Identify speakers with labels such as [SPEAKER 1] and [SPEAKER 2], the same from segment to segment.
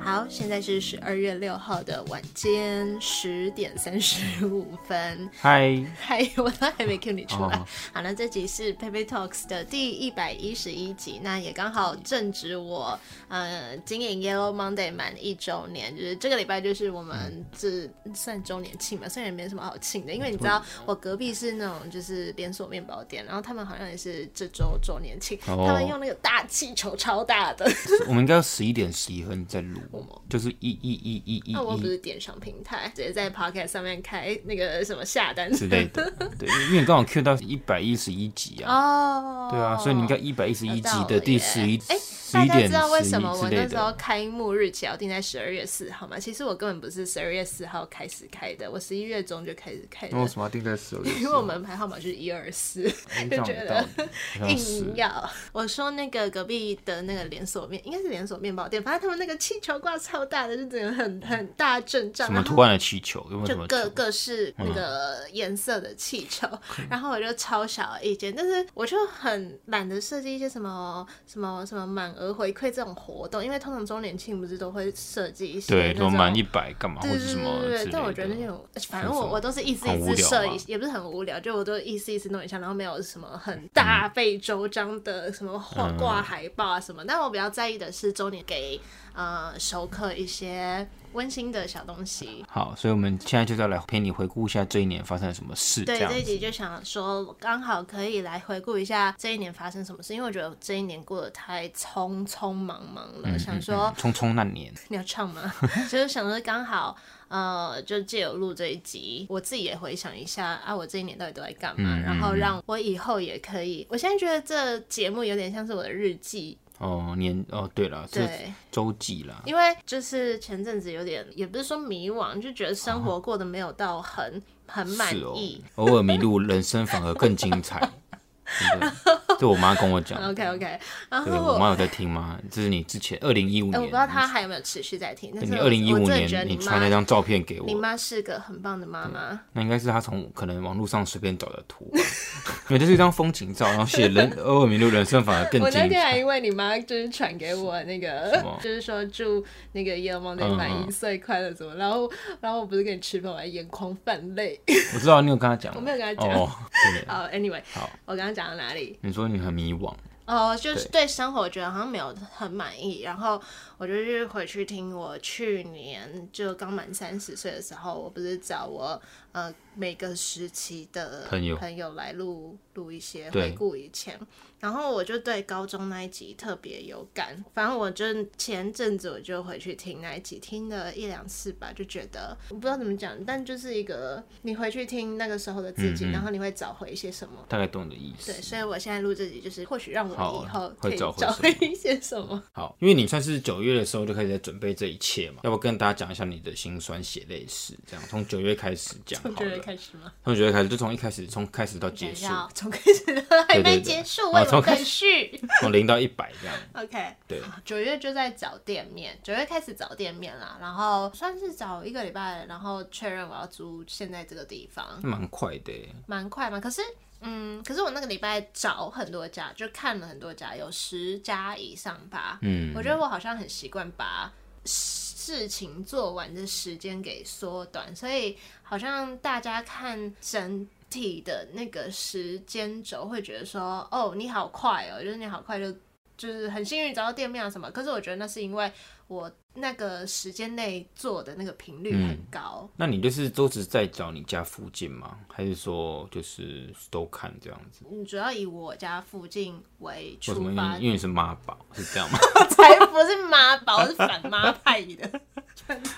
[SPEAKER 1] 好，现在是十二月六号的晚间十点三十五分。
[SPEAKER 2] 嗨，
[SPEAKER 1] 嗨，我都还没 Q 你出来。
[SPEAKER 2] 哦
[SPEAKER 1] 好，那这集是 p a p y Talks 的第一百一十一集，那也刚好正值我呃经营 Yellow Monday 满一周年，就是这个礼拜就是我
[SPEAKER 2] 嗯
[SPEAKER 1] 们这算周年庆嘛，虽然也没什么好庆的，因为你知道我隔壁是那种就是连锁面包店，然后他们好像也是这周周年庆，
[SPEAKER 2] 哦
[SPEAKER 1] 他们用那个大气球超 大的，
[SPEAKER 2] 我们应该要十一点十一分再录
[SPEAKER 1] 我们，
[SPEAKER 2] 就是一一一一一
[SPEAKER 1] 那我又不
[SPEAKER 2] 一
[SPEAKER 1] 是电商平台，直接在 Pocket 上面开那个什么下单
[SPEAKER 2] 之类的。对，因为你刚好 Q 到一百一十一集啊，
[SPEAKER 1] 哦，
[SPEAKER 2] 对啊，所以你应该一百一十一
[SPEAKER 1] 有
[SPEAKER 2] 集
[SPEAKER 1] 道
[SPEAKER 2] 的
[SPEAKER 1] 理
[SPEAKER 2] 第
[SPEAKER 1] 耶
[SPEAKER 2] 十一
[SPEAKER 1] 哎，
[SPEAKER 2] 十
[SPEAKER 1] 大
[SPEAKER 2] 一
[SPEAKER 1] 家
[SPEAKER 2] 点
[SPEAKER 1] 知道为
[SPEAKER 2] 十
[SPEAKER 1] 什么
[SPEAKER 2] 一之
[SPEAKER 1] 我
[SPEAKER 2] 类
[SPEAKER 1] 那时候
[SPEAKER 2] 的。
[SPEAKER 1] 开幕日期要定在十二月四号嘛？其实我根本不是十二月四号开始开的，我十一月中就开始开的，
[SPEAKER 2] 那为什么要定在十二月四
[SPEAKER 1] 因
[SPEAKER 2] 号？
[SPEAKER 1] 为我门牌号码就是一二四。
[SPEAKER 2] 哎这样
[SPEAKER 1] 就
[SPEAKER 2] 有
[SPEAKER 1] 觉得
[SPEAKER 2] 道理好像是
[SPEAKER 1] 硬要我说那个隔壁的那个连锁面，应该是连锁面包店，反正他们那个气球挂超大的，就整个很很大阵仗，
[SPEAKER 2] 什
[SPEAKER 1] 然
[SPEAKER 2] 么
[SPEAKER 1] 后
[SPEAKER 2] 图案的气球？有嗯没有什
[SPEAKER 1] 就
[SPEAKER 2] 么
[SPEAKER 1] 各
[SPEAKER 2] 图？
[SPEAKER 1] 各式那个颜色的气球，然后我就超小一件，但是我就很懒得设计一些什么什么什么满额回馈这种活动，因为通常周年庆不是都会设计一些
[SPEAKER 2] 对，
[SPEAKER 1] 那
[SPEAKER 2] 什么
[SPEAKER 1] 种
[SPEAKER 2] 满一百干嘛，或
[SPEAKER 1] 对
[SPEAKER 2] 者
[SPEAKER 1] 对
[SPEAKER 2] 什么
[SPEAKER 1] 嗯对对
[SPEAKER 2] 之
[SPEAKER 1] 对，但我觉得
[SPEAKER 2] 类
[SPEAKER 1] 那
[SPEAKER 2] 的。
[SPEAKER 1] 种，反正
[SPEAKER 2] 很
[SPEAKER 1] 我
[SPEAKER 2] 什么
[SPEAKER 1] 我都是一次
[SPEAKER 2] 很
[SPEAKER 1] 一
[SPEAKER 2] 无
[SPEAKER 1] 次
[SPEAKER 2] 聊啊
[SPEAKER 1] 设
[SPEAKER 2] 嘛
[SPEAKER 1] 一，也不是很无聊，就我都一次一次弄一下，然后没有什么很
[SPEAKER 2] 嗯
[SPEAKER 1] 大费周章的什么画挂海报啊什么。但我比较在意的是周年给呃熟客一些温馨的小东西。
[SPEAKER 2] 好，所以我们现在就是要来陪你回顾一下这一年发生了什么事，这
[SPEAKER 1] 对，
[SPEAKER 2] 样
[SPEAKER 1] 这一
[SPEAKER 2] 子。
[SPEAKER 1] 集就想说，我刚好可以来回顾一下这一年发生什么事，因为我觉得这一年过得太匆匆忙忙了，想说
[SPEAKER 2] 嗯匆匆那年，
[SPEAKER 1] 你要唱吗？ 就是想说刚好，呃，就借由录这一集，我自己也回想一下啊，我这一年到底都在干嘛，
[SPEAKER 2] 嗯嗯
[SPEAKER 1] 然后让我以后也可以。我现在觉得这节目有点像是我的日记，
[SPEAKER 2] 哦年哦，对了，是
[SPEAKER 1] 对，
[SPEAKER 2] 周记啦，
[SPEAKER 1] 因为就是前阵子有点，也不是说迷惘，就觉得生活过得没有到很很满
[SPEAKER 2] 是
[SPEAKER 1] 意。
[SPEAKER 2] 哦，偶尔迷路，人生反而更精 彩。真的，这我妈跟我讲。
[SPEAKER 1] OK OK，然
[SPEAKER 2] 嗯对，
[SPEAKER 1] 后
[SPEAKER 2] 我
[SPEAKER 1] 我。
[SPEAKER 2] 妈有在听吗？这是你之前二零一五
[SPEAKER 1] 哎、
[SPEAKER 2] 年，
[SPEAKER 1] 我不知道他还有没有持续在听，但是
[SPEAKER 2] 你
[SPEAKER 1] 我
[SPEAKER 2] 二零一
[SPEAKER 1] 我
[SPEAKER 2] 五
[SPEAKER 1] 真的觉得
[SPEAKER 2] 年
[SPEAKER 1] 你
[SPEAKER 2] 你
[SPEAKER 1] 妈
[SPEAKER 2] 传那张照片给
[SPEAKER 1] 你
[SPEAKER 2] 我，
[SPEAKER 1] 妈是个很棒的妈妈，
[SPEAKER 2] 那应该是她从可能网络上随便找的图吧， 因为这是一张风景照，然后写人偶尔迷路，人生反而更
[SPEAKER 1] 我那
[SPEAKER 2] 精
[SPEAKER 1] 天还
[SPEAKER 2] 彩。
[SPEAKER 1] 因为你妈就是传给我那
[SPEAKER 2] 什
[SPEAKER 1] 个
[SPEAKER 2] 么，
[SPEAKER 1] 就是说祝那个夜梦那
[SPEAKER 2] 嗯
[SPEAKER 1] 满一
[SPEAKER 2] 嗯
[SPEAKER 1] 岁快乐什么，然后然后我不是跟你吃饭，我还眼眶泛泪。
[SPEAKER 2] 我知道你有跟她讲吗，
[SPEAKER 1] 我没有跟她讲
[SPEAKER 2] 哦，真的。
[SPEAKER 1] 好，anyway，
[SPEAKER 2] 好，
[SPEAKER 1] 我刚刚讲到哪里？
[SPEAKER 2] 你说你很迷惘，
[SPEAKER 1] 哦、就是对生活觉得好像没有很满意，然后我就是回去听我去年就刚满三十岁的时候，我不是找我呃每个时期的
[SPEAKER 2] 朋友
[SPEAKER 1] 朋友来录录一些
[SPEAKER 2] 对
[SPEAKER 1] 回顾以前，然后我就对高中那一集特别有感。反正我就前阵子我就回去听那一集，听了一两次吧，就觉得我不知道怎么讲，但就是一个你回去听那个时候的自己，
[SPEAKER 2] 嗯嗯
[SPEAKER 1] 然后你会找回一些什么。
[SPEAKER 2] 大概懂你的意思
[SPEAKER 1] 对，。所以我现在录这集，就是或许让我
[SPEAKER 2] 好啊
[SPEAKER 1] 以后可
[SPEAKER 2] 会
[SPEAKER 1] 以
[SPEAKER 2] 找
[SPEAKER 1] 找
[SPEAKER 2] 回什
[SPEAKER 1] 回一些什么。
[SPEAKER 2] 好，因为你算是九月的时候就开始在准备这一切嘛，要不跟大家讲一下你的辛酸血泪史，这样从九月开始讲
[SPEAKER 1] 从
[SPEAKER 2] 好
[SPEAKER 1] 九月
[SPEAKER 2] 了。
[SPEAKER 1] 开始吗？
[SPEAKER 2] 从九月开始，就从一开始，从开始到结束，
[SPEAKER 1] 要从开始到还
[SPEAKER 2] 对对
[SPEAKER 1] 没
[SPEAKER 2] 对
[SPEAKER 1] 结束，
[SPEAKER 2] 好
[SPEAKER 1] 为我
[SPEAKER 2] 从开
[SPEAKER 1] 更续。
[SPEAKER 2] 从零到一百这样。
[SPEAKER 1] OK，
[SPEAKER 2] 对，
[SPEAKER 1] 九月就在找店面，九月开始找店面啦，然后算是找一个礼拜，然后确认我要租现在这个地方，
[SPEAKER 2] 蛮快的欸耶。
[SPEAKER 1] 蛮快嘛。可是，嗯，可是我那个礼拜找很多家，就看了很多家，有十家以上吧。
[SPEAKER 2] 嗯，
[SPEAKER 1] 我觉得我好像很习惯把事情做完的时间给缩短，所以好像大家看整体的那个时间轴会觉得说，哦，你好快哦，就是你好快就就是很幸运找到店面啊什么。可是我觉得那是因为我那个时间内做的那个频率很高。
[SPEAKER 2] 那你就是都只在找你家附近吗？还是说就是都看这样子？
[SPEAKER 1] 嗯，主要以我家附近为
[SPEAKER 2] 为什
[SPEAKER 1] 出
[SPEAKER 2] 么？因
[SPEAKER 1] 发
[SPEAKER 2] 为因为你是妈宝，是这样吗？
[SPEAKER 1] 才不是妈宝，我是反妈派的。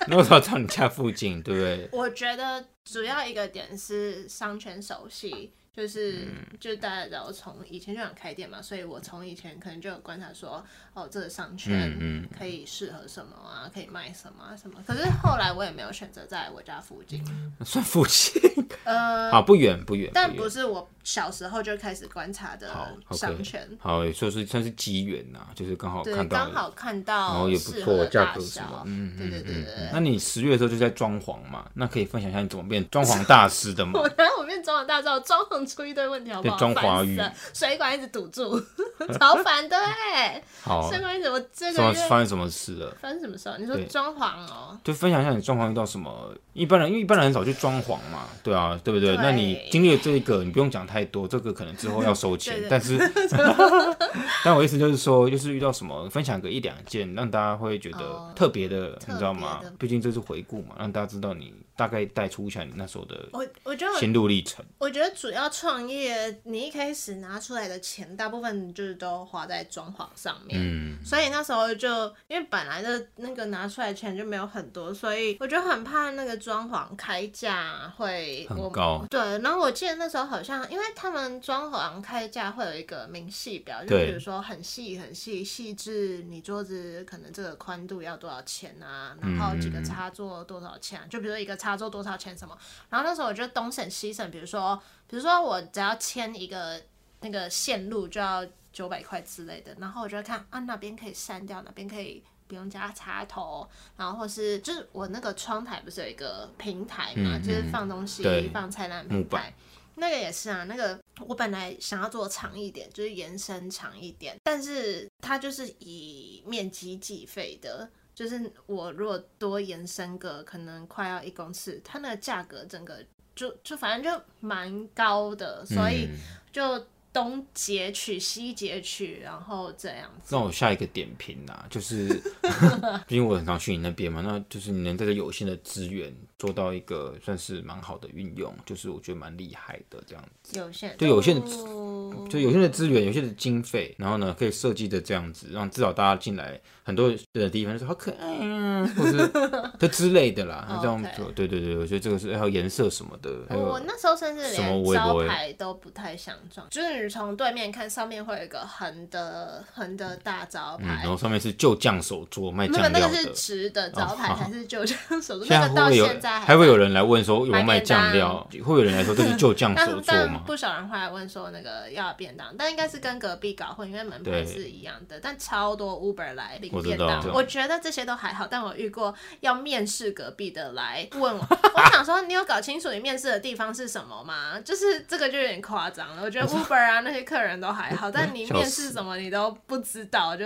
[SPEAKER 2] 那为什么要找你家附近，对不对？
[SPEAKER 1] 我觉得主要一个点是商圈熟悉，就是、
[SPEAKER 2] 嗯
[SPEAKER 1] 就是大家知道我从以前就想开店嘛，所以我从以前可能就有观察说，哦，这个商圈
[SPEAKER 2] 嗯嗯
[SPEAKER 1] 可以适合什么啊，可以卖什么啊什么。可是后来我也没有选择在我家附近，
[SPEAKER 2] 那算附近
[SPEAKER 1] 呃，
[SPEAKER 2] 啊，不远不远，
[SPEAKER 1] 但
[SPEAKER 2] 远
[SPEAKER 1] 不是我小时候就开始观察的
[SPEAKER 2] 好
[SPEAKER 1] 呃商
[SPEAKER 2] ，OK，
[SPEAKER 1] 圈。
[SPEAKER 2] 好，也说是算是机缘呐，就是刚好
[SPEAKER 1] 对，
[SPEAKER 2] 看到
[SPEAKER 1] 刚
[SPEAKER 2] 了，
[SPEAKER 1] 好看到，
[SPEAKER 2] 然后也不错，价格什么，嗯
[SPEAKER 1] 对
[SPEAKER 2] 嗯
[SPEAKER 1] 对
[SPEAKER 2] 嗯
[SPEAKER 1] 对对
[SPEAKER 2] 嗯
[SPEAKER 1] 对。
[SPEAKER 2] 嗯。那你十月的时候就在装潢嘛，那可以分享一下你怎么变装潢大师的 吗
[SPEAKER 1] 我？然后我变装潢大招，装潢出一堆问题，好不好？
[SPEAKER 2] 变装华
[SPEAKER 1] 烦
[SPEAKER 2] 语
[SPEAKER 1] 死了，水管一直堵住， 超烦的哎、
[SPEAKER 2] 好，啊
[SPEAKER 1] 水管一直，我这
[SPEAKER 2] 什
[SPEAKER 1] 个
[SPEAKER 2] 么
[SPEAKER 1] 月
[SPEAKER 2] 发生什么事了？
[SPEAKER 1] 发生什么事哦？你说
[SPEAKER 2] 对
[SPEAKER 1] 装潢哦，
[SPEAKER 2] 就分享一下你装潢遇到什么？一般人因为一般人很少去装潢嘛，对啊，对不对？
[SPEAKER 1] 对
[SPEAKER 2] 那你经历了这一个，你不用讲太多，这个可能之后要收钱。
[SPEAKER 1] 对对
[SPEAKER 2] 但是， 但我意思就是说，就是遇到什么，分享个一两件，让大家会觉
[SPEAKER 1] 哦
[SPEAKER 2] 得特别的，
[SPEAKER 1] 特别的
[SPEAKER 2] 你知道吗？毕竟这是回顾嘛，让大家知道你大概带出一下你那时候的
[SPEAKER 1] 我我觉得
[SPEAKER 2] 心路历程。
[SPEAKER 1] 我觉得主要创业，你一开始拿出来的钱，大部分就是都花在装潢上面。
[SPEAKER 2] 嗯，
[SPEAKER 1] 所以那时候就因为本来的那个拿出来的钱就没有很多，所以我就很怕那个装潢开价会
[SPEAKER 2] 很
[SPEAKER 1] 我
[SPEAKER 2] 高
[SPEAKER 1] 对，然后我记得那时候好像，因为他们装潢开价会有一个明细表，就
[SPEAKER 2] 对
[SPEAKER 1] 比如说很细很细，细致你桌子可能这个宽度要多少钱啊，然后几
[SPEAKER 2] 嗯
[SPEAKER 1] 个插座多少钱啊、就比如说一个插座多少钱什么。然后那时候我就东省西省，比如说，比如说我只要签一个那个线路就要九百块之类的，然后我就看啊哪边可以删掉，哪边可以不用加插头，然后或是就是我那个窗台不是有一个平台嘛，
[SPEAKER 2] 嗯
[SPEAKER 1] 就是放东西、
[SPEAKER 2] 对
[SPEAKER 1] 放菜篮
[SPEAKER 2] 木
[SPEAKER 1] 平
[SPEAKER 2] 板
[SPEAKER 1] 台。那个也是啊，那个我本来想要做长一点，就是延伸长一点，但是它就是以面积计费的，就是我如果多延伸个可能快要一公尺，它那个价格整个就就反正就蛮高的，所以
[SPEAKER 2] 嗯
[SPEAKER 1] 就东截取西截取，然后这样子。
[SPEAKER 2] 那我下一个点评啦、就是 毕竟我很常去你那边嘛，那就是你能在这有限的资源做到一个算是蛮好的运用，就是我觉得蛮厉害的这样子。
[SPEAKER 1] 有限
[SPEAKER 2] 就有限
[SPEAKER 1] 哦
[SPEAKER 2] 就有限的资源、有限的经费，然后呢，可以设计的这样子，让至少大家进来，很多的地方就说好可爱啊，或 是这之类的啦，这样
[SPEAKER 1] 哦 OK
[SPEAKER 2] 做，对对对，我觉得这个是还有颜色什么的，还
[SPEAKER 1] 我我
[SPEAKER 2] 有
[SPEAKER 1] 那时候甚至
[SPEAKER 2] 什么
[SPEAKER 1] 连
[SPEAKER 2] 微
[SPEAKER 1] 招
[SPEAKER 2] 博
[SPEAKER 1] 牌都不太想装，就是你从对面看，上面会有一个横的横的大招
[SPEAKER 2] 嗯，
[SPEAKER 1] 牌
[SPEAKER 2] 然，后上面是就酱手做卖
[SPEAKER 1] 没
[SPEAKER 2] 酱
[SPEAKER 1] 有那
[SPEAKER 2] 料
[SPEAKER 1] 个是
[SPEAKER 2] 的。
[SPEAKER 1] 直的 招牌，
[SPEAKER 2] 哦
[SPEAKER 1] 才是九江手术，
[SPEAKER 2] 现
[SPEAKER 1] 那
[SPEAKER 2] 在会
[SPEAKER 1] 个到
[SPEAKER 2] 不会有
[SPEAKER 1] 现在
[SPEAKER 2] 还会有
[SPEAKER 1] 人。
[SPEAKER 2] 人来问说有没有
[SPEAKER 1] 买
[SPEAKER 2] 卖
[SPEAKER 1] 便当
[SPEAKER 2] 酱料？会有人来说这是就 酱
[SPEAKER 1] 但
[SPEAKER 2] 手做
[SPEAKER 1] 但
[SPEAKER 2] 吗？
[SPEAKER 1] 不少人会来问说那个要便当，但应该是跟隔壁搞混，因为门牌
[SPEAKER 2] 对
[SPEAKER 1] 是一样的。但超多 Uber 来领
[SPEAKER 2] 我知
[SPEAKER 1] 便
[SPEAKER 2] 道
[SPEAKER 1] 当，
[SPEAKER 2] 这
[SPEAKER 1] 我
[SPEAKER 2] 种
[SPEAKER 1] 觉得这些都还好。但我遇过要面试隔壁的来 问我，我想说你有搞清楚你面试的地方是什么吗？就是这个就有点夸张了。我觉得 Uber 啊那些客人都还好，但你
[SPEAKER 2] 笑
[SPEAKER 1] 面
[SPEAKER 2] 死
[SPEAKER 1] 试什么你都不知道，就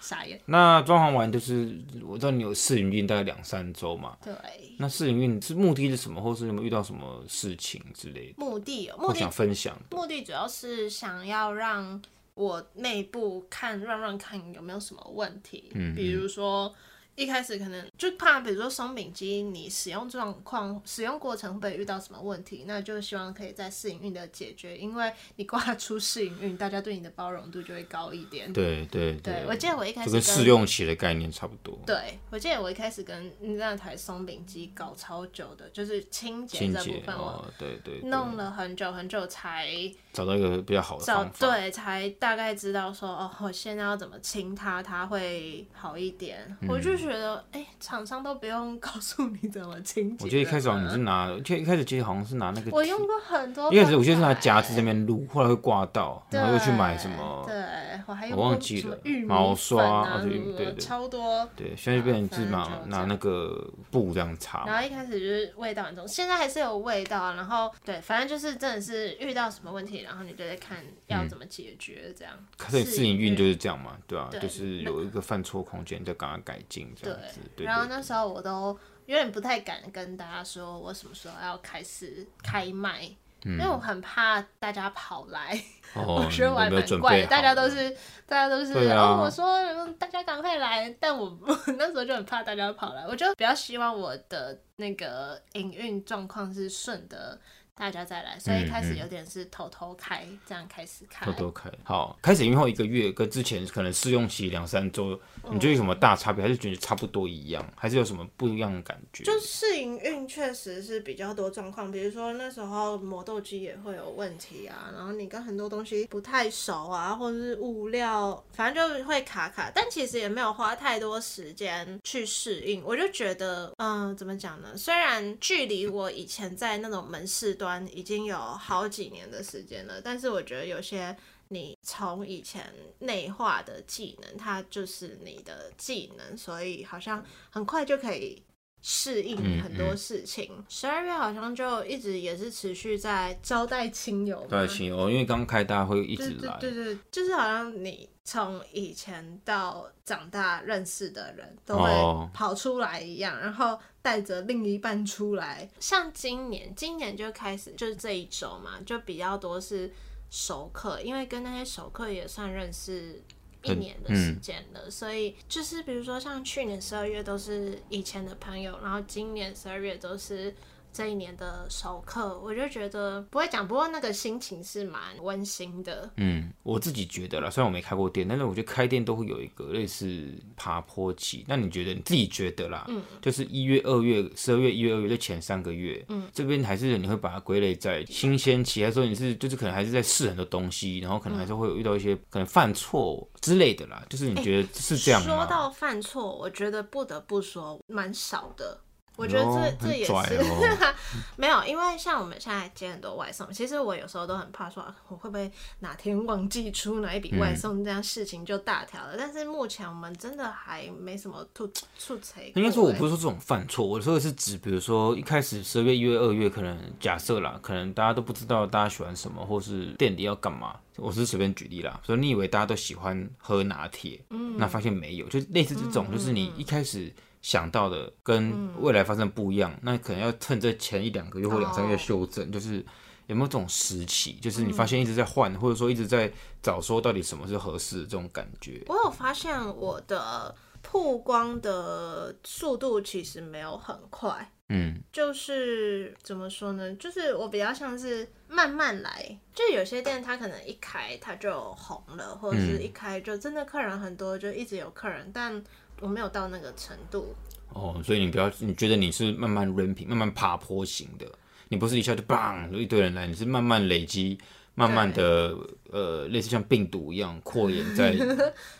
[SPEAKER 1] 傻眼。
[SPEAKER 2] 那装潢完就是，我知道你有试营运大概两三周嘛。
[SPEAKER 1] 对，
[SPEAKER 2] 那试营运是目的是什么，或是有没有遇到什么事情之类的？
[SPEAKER 1] 目的哦目
[SPEAKER 2] 我
[SPEAKER 1] 的
[SPEAKER 2] 想分享的。
[SPEAKER 1] 目的主要是想要让我内部看乱乱看有没有什么问题，
[SPEAKER 2] 嗯
[SPEAKER 1] 比如说。一开始可能就怕，比如说松饼机，你使用状况、使用过程会不会遇到什么问题？那就希望可以在试营运的解决，因为你挂出试营运，大家对你的包容度就会高一点。
[SPEAKER 2] 对对
[SPEAKER 1] 对，我记得我一开始
[SPEAKER 2] 就跟
[SPEAKER 1] 跟
[SPEAKER 2] 试用期的概念差不多。
[SPEAKER 1] 对，我记得我一开始跟那台松饼机搞超久的，就是清洁
[SPEAKER 2] 清
[SPEAKER 1] 这部
[SPEAKER 2] 洁
[SPEAKER 1] 分，我
[SPEAKER 2] 哦，对对，对
[SPEAKER 1] 弄了很久很久才
[SPEAKER 2] 找到一个比较好的
[SPEAKER 1] 找
[SPEAKER 2] 方法。
[SPEAKER 1] 对，才大概知道说哦，我现在要怎么清它，它会好一点。我
[SPEAKER 2] 嗯
[SPEAKER 1] 就觉得，哎、厂商都不用 告诉你怎么清洁。
[SPEAKER 2] 我记得一开始好像你是，拿，我记得一开始其实好像是拿那个，
[SPEAKER 1] 嗯我用过很多方
[SPEAKER 2] 一
[SPEAKER 1] 法。
[SPEAKER 2] 开始我记得是拿夹子在那边撸，后来会挂到，
[SPEAKER 1] 对，
[SPEAKER 2] 然后又去买什么
[SPEAKER 1] 对，我还有
[SPEAKER 2] 我忘记了
[SPEAKER 1] 玉米
[SPEAKER 2] 毛刷
[SPEAKER 1] 粉啊
[SPEAKER 2] 哦对对对
[SPEAKER 1] 超多。
[SPEAKER 2] 对，现在就变成是
[SPEAKER 1] 反正
[SPEAKER 2] 拿
[SPEAKER 1] 就这
[SPEAKER 2] 拿
[SPEAKER 1] 样
[SPEAKER 2] 那个布这样擦
[SPEAKER 1] 然
[SPEAKER 2] 嘛。
[SPEAKER 1] 后一开始就是味道很重，现在还是有味道。然后对，反正就是真的是遇到什么问题，然后你就在看要怎么解决这样。
[SPEAKER 2] 嗯可是试营运就是这样嘛，对啊，
[SPEAKER 1] 对
[SPEAKER 2] 就是有一个犯错空间，再赶快改进这样子。对，
[SPEAKER 1] 然后
[SPEAKER 2] 对
[SPEAKER 1] 那时候我都有点不太敢跟大家说我什么时候要开始开卖，因为我很怕大家跑来。
[SPEAKER 2] 嗯哦，
[SPEAKER 1] 我觉得
[SPEAKER 2] 你
[SPEAKER 1] 我还
[SPEAKER 2] 有没有
[SPEAKER 1] 蛮
[SPEAKER 2] 准
[SPEAKER 1] 怪
[SPEAKER 2] 备
[SPEAKER 1] 的，
[SPEAKER 2] 好？
[SPEAKER 1] 大家都是大家都是、
[SPEAKER 2] 对啊
[SPEAKER 1] 哦，我说嗯大家赶快来，但我 那时候就很怕大家跑来，我就比较希望我的那个营运状况是顺的。大家再来，所以一开始
[SPEAKER 2] 嗯嗯
[SPEAKER 1] 有点是偷偷开，这样开始开
[SPEAKER 2] 偷。偷开好，开始营运后一个月跟之前可能试用期两三周，你觉得有什么大差别？还是觉得差不多一样？还是有什么不一样的感觉？
[SPEAKER 3] 就试营运确实是比较多状况，比如说那时候磨豆机也会有问题啊，然后你跟很多东西不太熟啊，或者是物料，反正就会卡卡。但其实也没有花太多时间去适应，我就觉得，嗯、怎么讲呢？虽然距离我以前在那种门市端已经有好几年的时间了，但是我觉得有些你从以前内化的技能，它就是你的技能，所以好像很快就可以适应
[SPEAKER 2] 嗯
[SPEAKER 3] 很多事情。十二、月好像就一直也是持续在招待亲友嘛，
[SPEAKER 2] 对，行哦，因为刚开大家会一直
[SPEAKER 3] 对对
[SPEAKER 2] 来，
[SPEAKER 3] 对对，就是好像你从以前到长大认识的人都
[SPEAKER 2] 哦
[SPEAKER 3] 会跑出来一样，然后带着另一半出来。
[SPEAKER 1] 像今年，今年就开始就是这一周嘛，就比较多是熟客，因为跟那些熟客也算认识一
[SPEAKER 2] 很嗯
[SPEAKER 1] 年的时间了，所以就是比如说像去年十二月都是以前的朋友，然后今年十二月都是。这一年的熟客，我就觉得不会讲，不过那个心情是蛮温馨的。
[SPEAKER 2] 嗯，我自己觉得啦，虽然我没开过店，但是我觉得开店都会有一个类似爬坡期。那你觉得你自己觉得啦，嗯，就是一月、二月、十二月、一月、二月这前三个月，嗯，这边还是你会把它归类在新鲜期，还是说你是就是可能还是在试很多东西，然后可能还是会有遇到一些可能犯错之类的啦，就是你觉得是这样吗？
[SPEAKER 1] 说到犯错，我觉得不得不说蛮少的。我
[SPEAKER 2] 哎
[SPEAKER 1] 觉得
[SPEAKER 2] 呦
[SPEAKER 1] 这这
[SPEAKER 2] 很
[SPEAKER 1] 也
[SPEAKER 2] 拽
[SPEAKER 1] 是、
[SPEAKER 2] 哦
[SPEAKER 1] 没有，因为像我们现在接很多外送，其实我有时候都很怕说啊我会不会哪天忘记出哪一笔
[SPEAKER 2] 嗯
[SPEAKER 1] 外送，这样事情就大条了。但是目前我们真的还没什么吐吐槽。
[SPEAKER 2] 应该说，我不是说这种犯错，我说的是指，比如说一开始十月、一月、二月，可能假设啦，可能大家都不知道大家喜欢什么，或是店里要干嘛。我是随便举例啦，所以你以为大家都喜欢喝拿铁，嗯，那发现没有，就类似这种，就是你一开始想到的跟未来发生不一样，那可能要趁这前一两个月或两三个月
[SPEAKER 1] 哦
[SPEAKER 2] 修正，就是有没有这种时期，就是你发现一直在换，或者说一直在找说到底什么是合适的这种感觉。
[SPEAKER 3] 我有发现我的曝光的速度其实没有很快，
[SPEAKER 2] 嗯，
[SPEAKER 3] 就是怎么说呢？就是我比较像是慢慢来，就有些店它可能一开它就红了，或者是
[SPEAKER 2] 嗯
[SPEAKER 3] 一开就真的客人很多，就一直有客人，但我没有到那个程度。
[SPEAKER 2] 哦，所以你不要，你觉得你是慢慢 ramping、慢慢爬坡型的，你不是一下就 bang 就一堆人来，你是慢慢累积，慢慢的呃，类似像病毒一样扩延 在，就是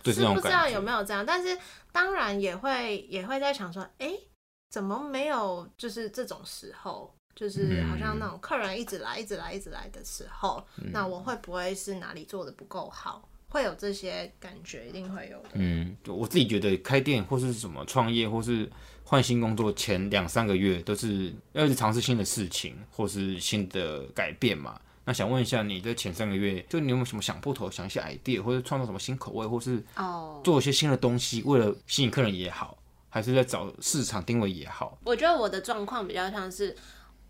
[SPEAKER 2] 那
[SPEAKER 3] 是
[SPEAKER 2] 种
[SPEAKER 3] 不知道
[SPEAKER 2] 感
[SPEAKER 3] 有
[SPEAKER 2] 觉。
[SPEAKER 3] 没有这样，但是当然也会也会在想说，哎、怎么没有就是这种时候，就是好
[SPEAKER 2] 嗯
[SPEAKER 3] 像那种客人一直来、一直来、一直来的时候，那我会不会是哪里做的不够好？会有这些感觉，一定会有的。
[SPEAKER 2] 嗯，就我自己觉得开店或是什么创业或是换新工作前两三个月都是要一直尝试新的事情或是新的改变嘛。那想问一下，你在前三个月，就你有没有什么想破头，想一些 idea，或者创造什么新口味，或是
[SPEAKER 1] 哦
[SPEAKER 2] 做一些新的东西，为了吸引客人也好，还是在找市场定位也好，
[SPEAKER 1] 我觉得我的状况比较像是，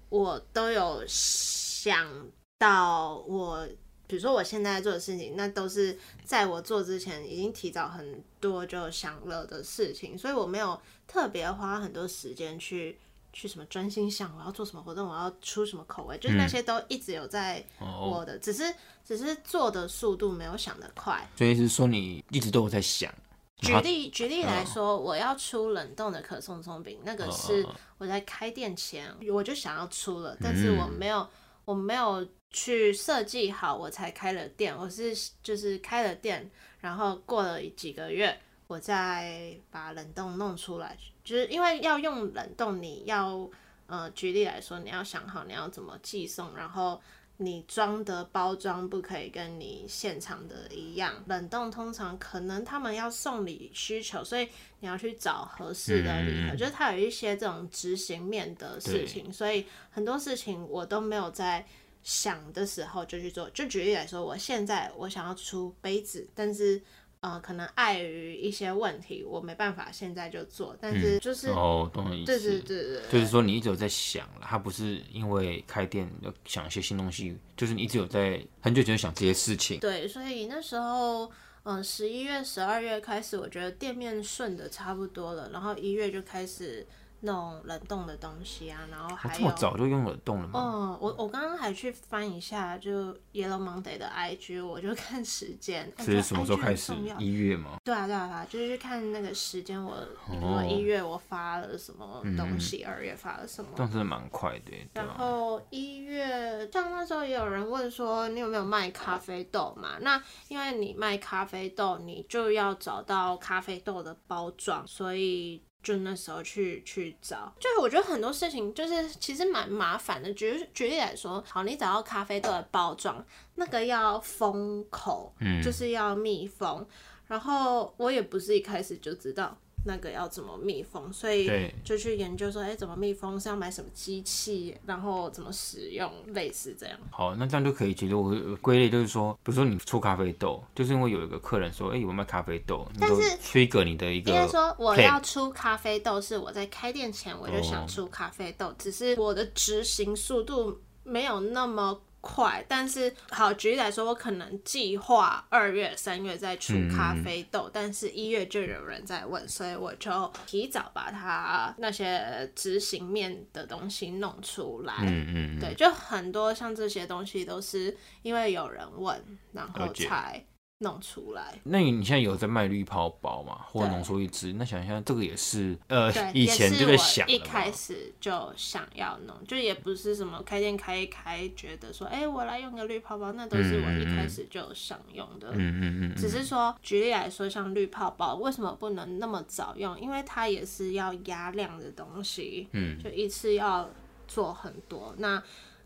[SPEAKER 1] 我都有想到我，比如说我现在做的事情，那都是在我做之前已经提早很多就想了的事情，所以我没有特别花很多时间去去什么专心想我要做什么活动，我要出什么口味，就是那些都一直有在
[SPEAKER 2] 哦
[SPEAKER 1] 我的，只是只是做的速度没有想的快。
[SPEAKER 2] 所以是说你一直都有在想，
[SPEAKER 1] 举例举例来说，我要出冷冻的可颂松饼，那个是我在开店前我就想要出了，但是我没有我没有去设计好，我才开了店。我是就是开了店，然后过了几个月，我再把冷冻弄出来，就是因为要用冷冻，你要呃，举例来说，你要想好你要怎么寄送，然后你装的包装不可以跟你现场的一样。冷冻通常可能他们要送礼需求，所以你要去找合适的礼盒，
[SPEAKER 2] 嗯
[SPEAKER 1] 就是它有一些这种执行面的事情，所以很多事情我都没有在。想的时候就去做，就举例来说，我现在我想要出杯子，但是呃，可能碍于一些问题，我没办法现在就做，但是就是、
[SPEAKER 2] 哦，懂你意
[SPEAKER 1] 对
[SPEAKER 2] 思。
[SPEAKER 1] 对对对，
[SPEAKER 2] 就是说，你一直有在想了，他不是因为开店要想一些新东西，就是你一直有在很久以前就想这些事情。
[SPEAKER 1] 对，所以那时候，嗯，十一月、十二月开始，我觉得店面顺的差不多了，然后一月就开始那种冷冻的东西啊，然后
[SPEAKER 2] 我
[SPEAKER 1] 还
[SPEAKER 2] 哦这么
[SPEAKER 1] 有。
[SPEAKER 2] 早就用冷冻了吗？
[SPEAKER 1] 嗯，我我刚刚还去翻一下，就 Yellow Monday 的 IG，我就 看时间，哎
[SPEAKER 2] 是什么时候开始
[SPEAKER 1] 这 IG 很重要？
[SPEAKER 2] 一月吗？
[SPEAKER 1] 对啊，对啊，对啊，就是去看那个时间，我比如
[SPEAKER 2] 哦嗯
[SPEAKER 1] 说一月我发了什么东西，二、月发了什么。
[SPEAKER 2] 但真的蛮快的耶，对啊
[SPEAKER 1] 然
[SPEAKER 2] 吧？
[SPEAKER 1] 后一月，像那时候也有人问说，你有没有卖咖啡豆嘛？那因为你卖咖啡豆，你就要找到咖啡豆的包装，所以就那时候去去找。就是我觉得很多事情就是其实蛮麻烦的。举举例来说，好，你找到咖啡豆的包装，那个要封口，
[SPEAKER 2] 嗯
[SPEAKER 1] 就是要密封。然后我也不是一开始就知道那个要怎么密封，所以
[SPEAKER 2] 对
[SPEAKER 1] 就去研究说，哎，怎么密封是要买什么机器，然后怎么使用，类似这样。
[SPEAKER 2] 好，那这样就可以其实我我归类就是说，比如说你出咖啡豆，就是因为有一个客人说，哎、有没有卖咖啡豆？你
[SPEAKER 1] 但
[SPEAKER 2] 都
[SPEAKER 1] 是
[SPEAKER 2] trigger 你的一哦
[SPEAKER 1] 应该
[SPEAKER 2] 个
[SPEAKER 1] 说，我
[SPEAKER 2] plan
[SPEAKER 1] 要出咖啡豆是我在开店前我就想出咖啡豆，只是我的执行速度没有那么快。但是好，举例来说，我可能计划二月、三月再出咖
[SPEAKER 2] 嗯
[SPEAKER 1] 啡豆，但是一月就有人在问，所以我就提早把它那些执行面的东西弄出来。
[SPEAKER 2] 嗯嗯，嗯
[SPEAKER 1] 对，就很多像这些东西都是因为有人问，然后
[SPEAKER 2] 了解
[SPEAKER 1] 才弄出来。
[SPEAKER 2] 那你现在有在卖绿泡包嘛，或
[SPEAKER 1] 对
[SPEAKER 2] 浓缩一支？那想一下，这个也是呃
[SPEAKER 1] 对，，
[SPEAKER 2] 以
[SPEAKER 1] 也
[SPEAKER 2] 前
[SPEAKER 1] 是
[SPEAKER 2] 就在
[SPEAKER 1] 我
[SPEAKER 2] 想
[SPEAKER 1] 一
[SPEAKER 2] 了嘛
[SPEAKER 1] 开始就想要弄，就也不是什么开店开一开，觉得说，哎、我来用个绿泡泡，那都是我一开始就想用的。
[SPEAKER 2] 嗯嗯嗯嗯，
[SPEAKER 1] 只是说，举例来说，像绿泡泡，为什么不能那么早用？因为它也是要压量的东西，
[SPEAKER 2] 嗯，
[SPEAKER 1] 就一次要做很多。那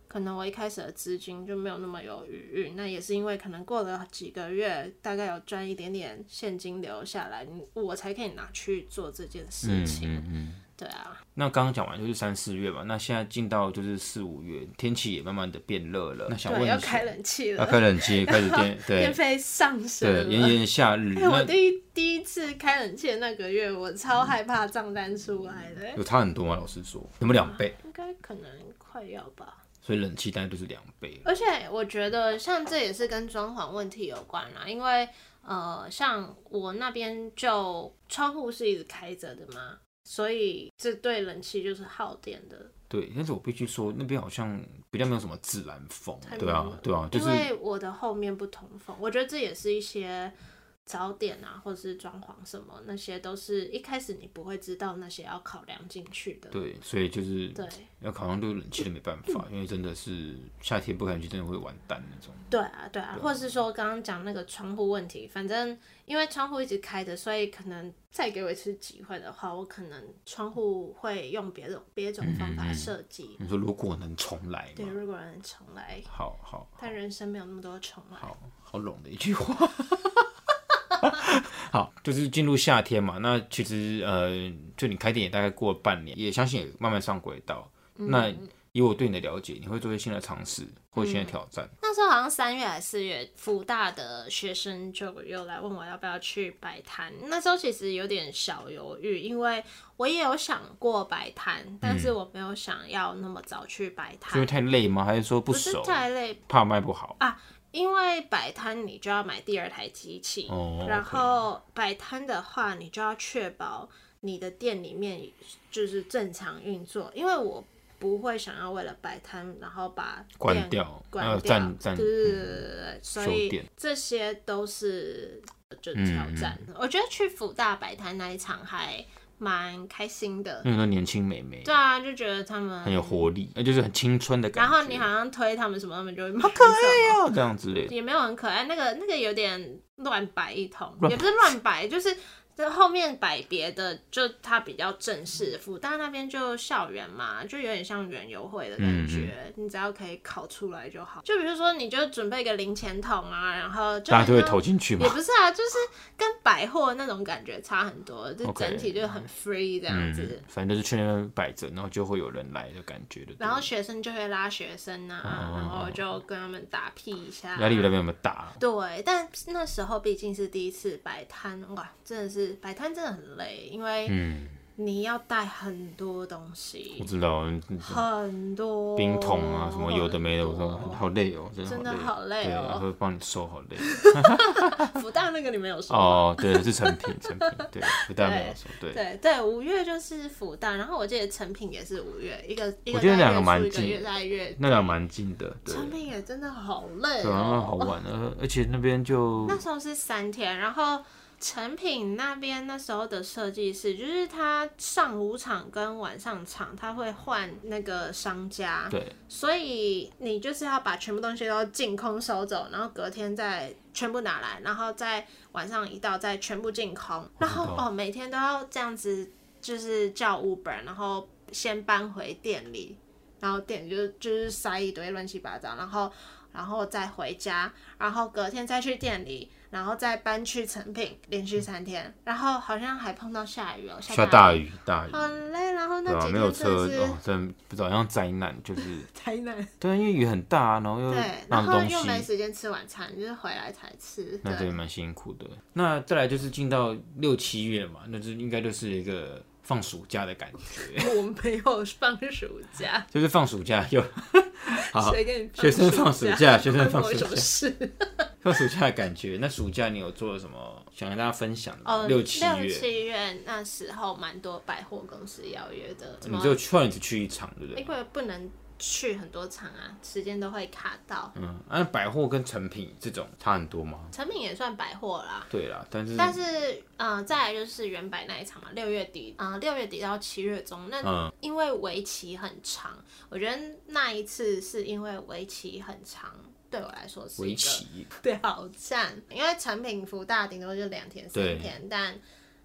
[SPEAKER 1] 可能我一开始的资金就没有那么有余裕，那也是因为可能过了几个月，大概有赚一点点现金流下来，你我才可以拿去做这件事
[SPEAKER 2] 嗯
[SPEAKER 1] 情。
[SPEAKER 2] 嗯嗯。
[SPEAKER 1] 对啊，
[SPEAKER 2] 那刚刚讲完就是三四月吧，那现在进到就是四五月，天气也慢慢的变热了。那想问
[SPEAKER 1] 对，
[SPEAKER 2] 你
[SPEAKER 1] 要
[SPEAKER 2] 说，
[SPEAKER 1] 开冷气
[SPEAKER 2] 要
[SPEAKER 1] 了，
[SPEAKER 2] 开冷气，开始变
[SPEAKER 1] 电
[SPEAKER 2] 对
[SPEAKER 1] 费上升
[SPEAKER 2] 对，炎
[SPEAKER 1] 了。
[SPEAKER 2] 炎夏日。
[SPEAKER 1] 哎、 我
[SPEAKER 2] 那
[SPEAKER 1] 第一第一次开冷气的那个月，我超害怕账单出来的、
[SPEAKER 2] 有差很多吗？老实说，有没有两倍？
[SPEAKER 1] 应该可能快要吧。
[SPEAKER 2] 所以冷气大概就是两倍了。
[SPEAKER 1] 而且我觉得像这也是跟装潢问题有关啦，因为呃，像我那边就窗户是一直开着的嘛，所以这对冷气就是耗电的。
[SPEAKER 2] 对，但是我必须说，那边好像比较没有什么自然风
[SPEAKER 1] 太。
[SPEAKER 2] 对
[SPEAKER 1] 闷
[SPEAKER 2] 啊
[SPEAKER 1] 了，
[SPEAKER 2] 对啊，就是
[SPEAKER 1] 因为我的后面不通风，我觉得这也是一些早点啊，或者是装潢什么那些，都是一开始你不会知道那些要考量进去的。
[SPEAKER 2] 对，所以就是
[SPEAKER 1] 对啊
[SPEAKER 2] 要考量就是冷气的没办法，
[SPEAKER 1] 嗯
[SPEAKER 2] 因为真的是夏天不开冷气真的会完蛋那种。
[SPEAKER 1] 对啊，对啊，或是说刚刚讲那个窗户问题，反正因为窗户一直开着，所以可能再给我一次机会的话，我可能窗户会用别种别
[SPEAKER 2] 嗯
[SPEAKER 1] 种方法设计。
[SPEAKER 2] 你说如果能重来
[SPEAKER 1] 对，
[SPEAKER 2] 嘛？
[SPEAKER 1] 如果能重来，
[SPEAKER 2] 好好
[SPEAKER 1] 但人生没有那么多重来。
[SPEAKER 2] 好好拢的一句话。 好，就是进入夏天嘛。那其实呃，就你开店也大概过了半年，也相信也慢慢上轨道。
[SPEAKER 1] 嗯
[SPEAKER 2] 那以我对你的了解，你会做一些新的尝试或新的
[SPEAKER 1] 嗯
[SPEAKER 2] 挑战。
[SPEAKER 1] 那时候好像三月还是四月，福大的学生就又来问我要不要去摆摊。那时候其实有点小犹豫，因为我也有想过摆摊，但是我没有想要那么早去
[SPEAKER 2] 嗯是
[SPEAKER 1] 摆
[SPEAKER 2] 因
[SPEAKER 1] 摊，
[SPEAKER 2] 为太累吗？还是说不
[SPEAKER 1] 不是
[SPEAKER 2] 熟？
[SPEAKER 1] 太累，
[SPEAKER 2] 怕卖不好？
[SPEAKER 1] 因为摆摊你就要买第二台机器，
[SPEAKER 2] 哦
[SPEAKER 1] 然后摆摊的话，你就要确保你的店里面就是正常运作，因为我不会想要为了摆摊然后把店
[SPEAKER 2] 关掉
[SPEAKER 1] 关
[SPEAKER 2] 呃
[SPEAKER 1] 掉，
[SPEAKER 2] 暂暂嗯
[SPEAKER 1] 对对对对对对，所
[SPEAKER 2] 收
[SPEAKER 1] 以
[SPEAKER 2] 店
[SPEAKER 1] 这些都是呃就
[SPEAKER 2] 嗯
[SPEAKER 1] 挑战。我觉得去福大摆摊那一场还蛮开心的，
[SPEAKER 2] 那很多年轻美眉
[SPEAKER 1] 对啊，就觉得他们
[SPEAKER 2] 嗯很有活力，那就是很青春的感
[SPEAKER 1] 然
[SPEAKER 2] 觉。
[SPEAKER 1] 后你好像推他们什么，他们就会好可爱
[SPEAKER 2] 要啊这样之类的。
[SPEAKER 1] 也没有很可爱，那个那个有点乱摆一通，
[SPEAKER 2] 乱摆
[SPEAKER 1] 也不是乱摆，就是在后面摆别的，就它比较正式。复旦那边就校园嘛，就有点像园游会的感
[SPEAKER 2] 嗯
[SPEAKER 1] 觉，你只要可以考出来就好。就比如说，你就准备一个零钱筒啊，然后就
[SPEAKER 2] 大家
[SPEAKER 1] 很
[SPEAKER 2] 就会
[SPEAKER 1] 像
[SPEAKER 2] 投进去嘛
[SPEAKER 1] 也。不是啊，就是跟百货那种感觉差很多，就
[SPEAKER 2] OK
[SPEAKER 1] 整体就很 free 这样子。
[SPEAKER 2] 嗯，反正就是去那边摆着，然后就会有人来的感觉的。
[SPEAKER 1] 然后学生就会拉学生啊，
[SPEAKER 2] 哦
[SPEAKER 1] 然后就跟他们打屁一下，啊
[SPEAKER 2] 压力有点没有那么大，
[SPEAKER 1] 对，但那时候毕竟是第一次摆摊，哇，真的是摆摊真的很累，因为
[SPEAKER 2] 嗯，
[SPEAKER 1] 你要带很多东西
[SPEAKER 2] 我，知道，嗯
[SPEAKER 1] 很多
[SPEAKER 2] 冰桶啊什么有 的没的，我说好累哦，真
[SPEAKER 1] 真
[SPEAKER 2] 的
[SPEAKER 1] 的好累
[SPEAKER 2] 对，
[SPEAKER 1] 哦
[SPEAKER 2] 他会帮你收，好累。
[SPEAKER 1] 福大那个你没有说。
[SPEAKER 2] 哦，对，是成品，成品， 对，不但没有说，对，
[SPEAKER 1] 对对，五月就是福大，然后我记得成品也是五月，一个一个
[SPEAKER 2] 我觉得
[SPEAKER 1] 在
[SPEAKER 2] 两
[SPEAKER 1] 月
[SPEAKER 2] 个
[SPEAKER 1] 初
[SPEAKER 2] 蛮
[SPEAKER 1] 一个
[SPEAKER 2] 近
[SPEAKER 1] 月在月，
[SPEAKER 2] 那个蛮近的，对，
[SPEAKER 1] 成品也真的好累
[SPEAKER 2] 对，然后好
[SPEAKER 1] 哦。
[SPEAKER 2] 玩，而而且那边就
[SPEAKER 1] 那时候是三天，然后成品那边那时候的设计是，就是他上午场跟晚上场他会换那个商家，
[SPEAKER 2] 对
[SPEAKER 1] 所以你就是要把全部东西都净空收走，然后隔天再全部拿来，然后再晚上一到再全部净空，然后哦每天都要这样子，就是叫 Uber，然后先搬回店里，然后店里就就是塞一堆乱七八糟，然后然后再回家，然后隔天再去店里。然后再搬去成品，连续三天，然后好像还碰到下雨哦，
[SPEAKER 2] 下大，雨，大雨，
[SPEAKER 1] 很累。然后那
[SPEAKER 2] 对吧？
[SPEAKER 1] 几
[SPEAKER 2] 没有
[SPEAKER 1] 天真
[SPEAKER 2] 车
[SPEAKER 1] 的是
[SPEAKER 2] 哦，真的不知道，像灾难，就是
[SPEAKER 1] 台南，
[SPEAKER 2] 对，因为雨很大，啊然后又
[SPEAKER 1] 对，然
[SPEAKER 2] 浪
[SPEAKER 1] 后
[SPEAKER 2] 东
[SPEAKER 1] 又没
[SPEAKER 2] 西，
[SPEAKER 1] 时间吃晚餐，就是回来才吃。
[SPEAKER 2] 那真
[SPEAKER 1] 对
[SPEAKER 2] 的，蛮辛苦的。那再来就是进到六七月嘛，那就应该就是一个放暑假的感觉，
[SPEAKER 1] 我没有放暑假，
[SPEAKER 2] 就是放暑假又好
[SPEAKER 1] 谁给你
[SPEAKER 2] 啊学生放暑假学生放
[SPEAKER 1] 关我
[SPEAKER 2] 暑
[SPEAKER 1] 什么
[SPEAKER 2] 假
[SPEAKER 1] 事？
[SPEAKER 2] 放暑假的感觉。那暑假你有做什么想跟大家分享的吗？
[SPEAKER 1] 哦，
[SPEAKER 2] 六七
[SPEAKER 1] 六
[SPEAKER 2] 月，
[SPEAKER 1] 七月那时候蛮多百货公司邀约的，怎
[SPEAKER 2] 你
[SPEAKER 1] 么？
[SPEAKER 2] 就突然只去一场，对不对
[SPEAKER 1] 因？为不能去很多场啊，时间都会卡到。
[SPEAKER 2] 嗯，那、百货跟成品这种差很多吗？
[SPEAKER 1] 成品也算百货啦。
[SPEAKER 2] 对啦，但是
[SPEAKER 1] 但是，嗯、再来就是原百那一场嘛，六月底，嗯、六月底到七月中，那
[SPEAKER 2] 嗯，
[SPEAKER 1] 因为围棋很长，我觉得那一次是因为围棋很长，对我来说是
[SPEAKER 2] 围
[SPEAKER 1] 一个
[SPEAKER 2] 棋
[SPEAKER 1] 挑战。因为成品福大顶多就两天三
[SPEAKER 2] 对
[SPEAKER 1] 天，但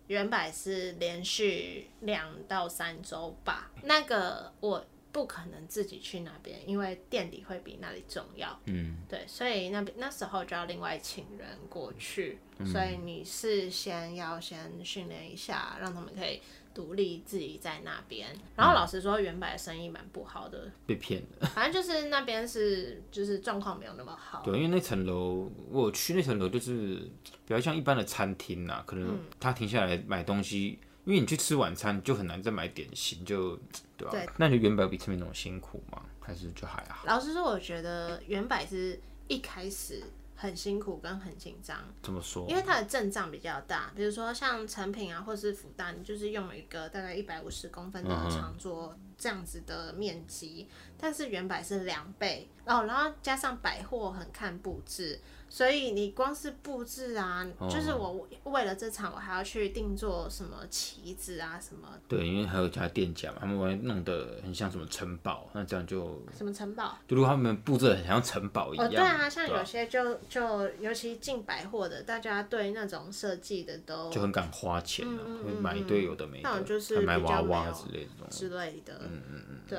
[SPEAKER 1] 原版是连续两到三周吧。那个我不可能自己去那边，因为店里会比那里重要。
[SPEAKER 2] 嗯，
[SPEAKER 1] 对，所以那边那时候就要另外请人过去，
[SPEAKER 2] 嗯
[SPEAKER 1] 所以你事先要先训练一下，让他们可以独立自己在那边。然
[SPEAKER 2] 嗯
[SPEAKER 1] 后老实说，原版的生意蛮不好的，
[SPEAKER 2] 被骗了。
[SPEAKER 1] 反正就是那边是就是状况没有那么好。
[SPEAKER 2] 对，因为那层楼我有去那层楼就是比较像一般的餐厅啦，可
[SPEAKER 1] 嗯
[SPEAKER 2] 能他停下来买东西，因为你去吃晚餐就很难再买点心，就对吧、
[SPEAKER 1] 对
[SPEAKER 2] 那你原本比成品那种辛苦吗？还是就还好？
[SPEAKER 1] 老实说，我觉得原版是一开始很辛苦跟很紧张，
[SPEAKER 2] 怎么说
[SPEAKER 1] 因？为它的阵仗比较大，比如说像成品啊，或是福大，你就是用一个大概一百五十公分的
[SPEAKER 2] 嗯哼
[SPEAKER 1] 长桌这样子的面积，但是原版是两倍哦，然后加上百货很看布置，所以你光是布置啊，
[SPEAKER 2] 哦
[SPEAKER 1] 就是我为了这场我还要去定做什么旗子啊，什么
[SPEAKER 2] 对，因为还有其他店家嘛，他们把它弄得很像什么城堡，那这样就
[SPEAKER 1] 什么城堡。
[SPEAKER 2] 就如果他们布置得很像城堡一样，
[SPEAKER 1] 哦，对啊，像
[SPEAKER 2] 对吧
[SPEAKER 1] 有些就就尤其进百货的，大家对那种设计的都
[SPEAKER 2] 就很敢花钱、啊，
[SPEAKER 1] 嗯嗯
[SPEAKER 2] 会
[SPEAKER 1] 嗯
[SPEAKER 2] 买一堆有的没
[SPEAKER 1] 那
[SPEAKER 2] 的，
[SPEAKER 1] 种就是
[SPEAKER 2] 还买
[SPEAKER 1] 比
[SPEAKER 2] 娃
[SPEAKER 1] 较没
[SPEAKER 2] 娃
[SPEAKER 1] 有
[SPEAKER 2] 之类的东西。
[SPEAKER 1] 之类的。嗯嗯嗯，对。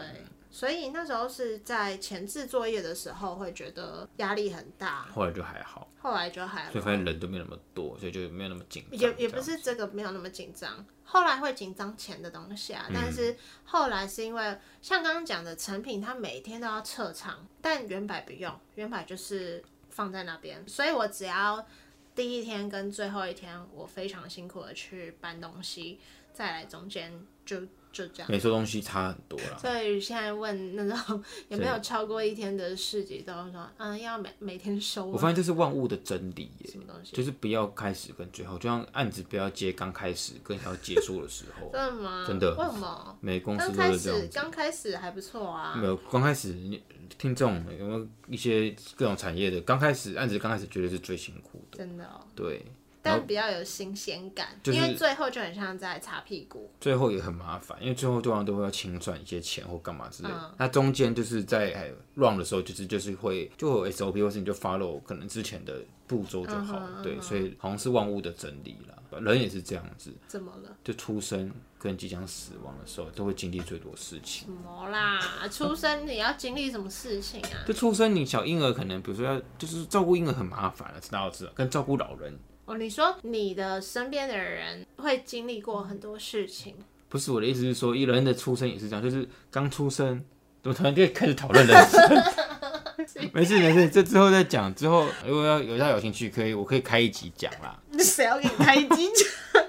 [SPEAKER 1] 所以那时候是在前置作业的时候，会觉得压力很大，
[SPEAKER 2] 后来就还好，
[SPEAKER 1] 后来就还
[SPEAKER 2] 所以
[SPEAKER 1] 好，
[SPEAKER 2] 发现人都没有那么多，所以就没有那么紧张。
[SPEAKER 1] 也也
[SPEAKER 2] 这
[SPEAKER 1] 不
[SPEAKER 2] 样
[SPEAKER 1] 是这个没有那么紧张，后来会紧张钱的东西啊，
[SPEAKER 2] 嗯
[SPEAKER 1] 但是后来是因为像刚刚讲的成品，它每天都要撤场，但原版不用，原版就是放在那边，所以我只要第一天跟最后一天，我非常辛苦的去搬东西，再来中间就就这样。
[SPEAKER 2] 没收东西差很多啦。
[SPEAKER 1] 所以现在问那 种有没有超过一天的市集，都会说嗯要每每天收
[SPEAKER 2] 我
[SPEAKER 1] 啊
[SPEAKER 2] 发现这是万物的真理耶
[SPEAKER 1] 什，么东西，
[SPEAKER 2] 就是不要开始跟最后，就像案子不要接刚开始跟要结束的时候，
[SPEAKER 1] 真的吗？
[SPEAKER 2] 真的
[SPEAKER 1] 为什么？
[SPEAKER 2] 每个公司
[SPEAKER 1] 刚
[SPEAKER 2] 都是
[SPEAKER 1] 开
[SPEAKER 2] 这
[SPEAKER 1] 始
[SPEAKER 2] 样子。
[SPEAKER 1] 刚开始还不错啊
[SPEAKER 2] 没，有，刚开始你听众有没有一些各种产业的，刚开始案子刚开始绝对是最辛苦的，
[SPEAKER 1] 真的哦，
[SPEAKER 2] 对，然
[SPEAKER 1] 但比较有新鲜感，
[SPEAKER 2] 就是
[SPEAKER 1] 因为最后就很像在擦屁股，
[SPEAKER 2] 最后也很麻烦，因为最后通常都会要清算一些钱或干嘛之类的。
[SPEAKER 1] 嗯
[SPEAKER 2] 那中间就是在 run 的时候，就是就是会就有 SOP 或是你就 follow 可能之前的步骤就好了。
[SPEAKER 1] 嗯哼
[SPEAKER 2] 对，所以好像是万物的真理啦，人也是这样子，
[SPEAKER 1] 怎么了？
[SPEAKER 2] 就出生跟即将死亡的时候都会经历最多事情。
[SPEAKER 1] 什么啦？出生你要经历什么事情啊？
[SPEAKER 2] 就出生，你小婴儿可能比如说要就是照顾婴儿很麻烦了，知道知道，跟照顾老人
[SPEAKER 1] 哦，你说你的身边的人会经历过很多事情，
[SPEAKER 2] 不是我的意思是说，一人的出生也是这样，就是刚出生，怎么突然就开始讨论人生？ 没事没事，这之后再讲。之后如果要有大家有兴趣，可以我可以开一集讲啦。
[SPEAKER 1] 那谁要给你开机讲？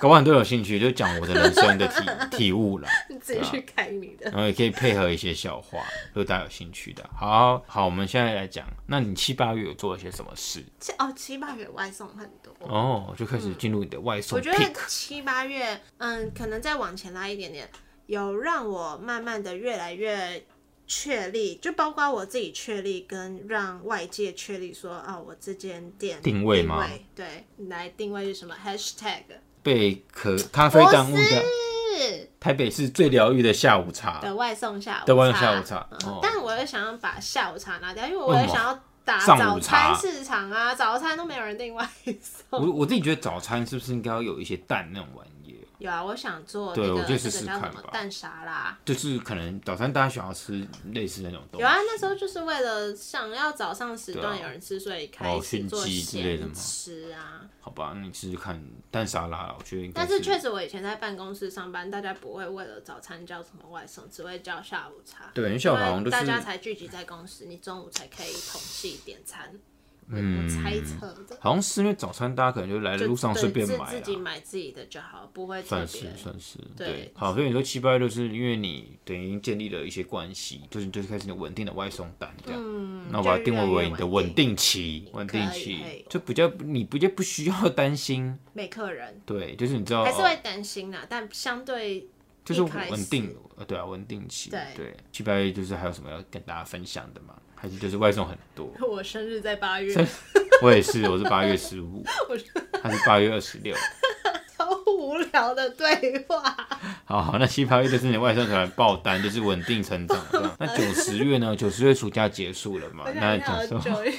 [SPEAKER 2] 搞不好很多人有兴趣，就讲我的人生的体体悟啦，
[SPEAKER 1] 你自己去开你的。
[SPEAKER 2] 然后也可以配合一些笑话，如果大家有兴趣的。好好，我们现在来讲，那你七八月有做了些什么事？
[SPEAKER 1] 七哦，七八月外送很多。
[SPEAKER 2] 哦，我就开始进入你的外送
[SPEAKER 1] 我觉得
[SPEAKER 2] pick，
[SPEAKER 1] 七八月，嗯，可能再往前拉一点点，有让我慢慢的越来越确立，就包括我自己确立，跟让外界确立说啊，我这间店
[SPEAKER 2] 定位吗
[SPEAKER 1] 定位对，来定位是什么 hashtag？
[SPEAKER 2] 被可咖啡耽误的
[SPEAKER 1] 是
[SPEAKER 2] 台北市最疗愈的下午茶。
[SPEAKER 1] 的外送下
[SPEAKER 2] 啊
[SPEAKER 1] 午茶，
[SPEAKER 2] 的外送下午茶
[SPEAKER 1] 嗯
[SPEAKER 2] 哦
[SPEAKER 1] 但我又想要把下午茶拿掉，因为
[SPEAKER 2] 为
[SPEAKER 1] 我
[SPEAKER 2] 什
[SPEAKER 1] 也
[SPEAKER 2] 么
[SPEAKER 1] 想要打
[SPEAKER 2] 上午
[SPEAKER 1] 早
[SPEAKER 2] 茶
[SPEAKER 1] 餐市场啊，早餐都没有人订外送。
[SPEAKER 2] 我我自己觉得早餐是不是应该要有一些蛋那种玩意儿？
[SPEAKER 1] 有啊，我想做
[SPEAKER 2] 对
[SPEAKER 1] 那
[SPEAKER 2] 我
[SPEAKER 1] 个
[SPEAKER 2] 就
[SPEAKER 1] 那个
[SPEAKER 2] 试
[SPEAKER 1] 叫
[SPEAKER 2] 试
[SPEAKER 1] 什
[SPEAKER 2] 看
[SPEAKER 1] 么
[SPEAKER 2] 吧
[SPEAKER 1] 蛋沙拉。
[SPEAKER 2] 就是可能早餐大家想要吃类似那种东西
[SPEAKER 1] 有啊，那时候就是为了想要早上时
[SPEAKER 2] 对啊
[SPEAKER 1] 段有人吃，所以
[SPEAKER 2] 毛
[SPEAKER 1] 开始
[SPEAKER 2] 熏
[SPEAKER 1] 做
[SPEAKER 2] 鸡之类的吗
[SPEAKER 1] 咸吃啊。
[SPEAKER 2] 好吧，那你试试看蛋沙拉啦，我觉得应该
[SPEAKER 1] 但是
[SPEAKER 2] 是
[SPEAKER 1] 确实，我以前在办公室上班，大家不会为了早餐叫什么外送，只会叫下午茶。
[SPEAKER 2] 对因为下午茶好像
[SPEAKER 1] 因
[SPEAKER 2] 都
[SPEAKER 1] 为大家
[SPEAKER 2] 是
[SPEAKER 1] 才聚集在公司，你中午才可以统系点餐。嗯，我猜测的。
[SPEAKER 2] 好像是因为早餐大家可能就来的路上
[SPEAKER 1] 对
[SPEAKER 2] 随便
[SPEAKER 1] 自
[SPEAKER 2] 买
[SPEAKER 1] 自己
[SPEAKER 2] 啦，
[SPEAKER 1] 买自己的就好，不会特
[SPEAKER 2] 算
[SPEAKER 1] 别
[SPEAKER 2] 是。算是
[SPEAKER 1] 对
[SPEAKER 2] 对。好，所以你说七八月就是因为你等于建立了一些关系，就是你就是开始你稳定的外送单这样。
[SPEAKER 1] 嗯，
[SPEAKER 2] 那我把它
[SPEAKER 1] 就
[SPEAKER 2] 定
[SPEAKER 1] 越
[SPEAKER 2] 位
[SPEAKER 1] 来越
[SPEAKER 2] 为你的稳，定期，稳定
[SPEAKER 1] 可以可
[SPEAKER 2] 期
[SPEAKER 1] 以
[SPEAKER 2] 就比较你比较不需要担心，
[SPEAKER 1] 没客人
[SPEAKER 2] 对，就是你知道
[SPEAKER 1] 还是
[SPEAKER 2] 哦
[SPEAKER 1] 会担心啦，但相对
[SPEAKER 2] 就是
[SPEAKER 1] 一开
[SPEAKER 2] 稳
[SPEAKER 1] 始
[SPEAKER 2] 定，呃，对啊，稳定期。
[SPEAKER 1] 对
[SPEAKER 2] 对，七八月就是还有什么要跟大家分享的吗？还是就是外送很多？
[SPEAKER 1] 我生日在八月，
[SPEAKER 2] 我也是，我是八月十五，他是八月二十六。
[SPEAKER 1] 超无聊的对话。
[SPEAKER 2] 好好，那七八月就是你的外送团爆单，就是稳定成长这样。那九十月呢？九十月暑假结束了嘛？
[SPEAKER 1] 我
[SPEAKER 2] 那
[SPEAKER 1] 想
[SPEAKER 2] 讲说
[SPEAKER 1] 想，九月，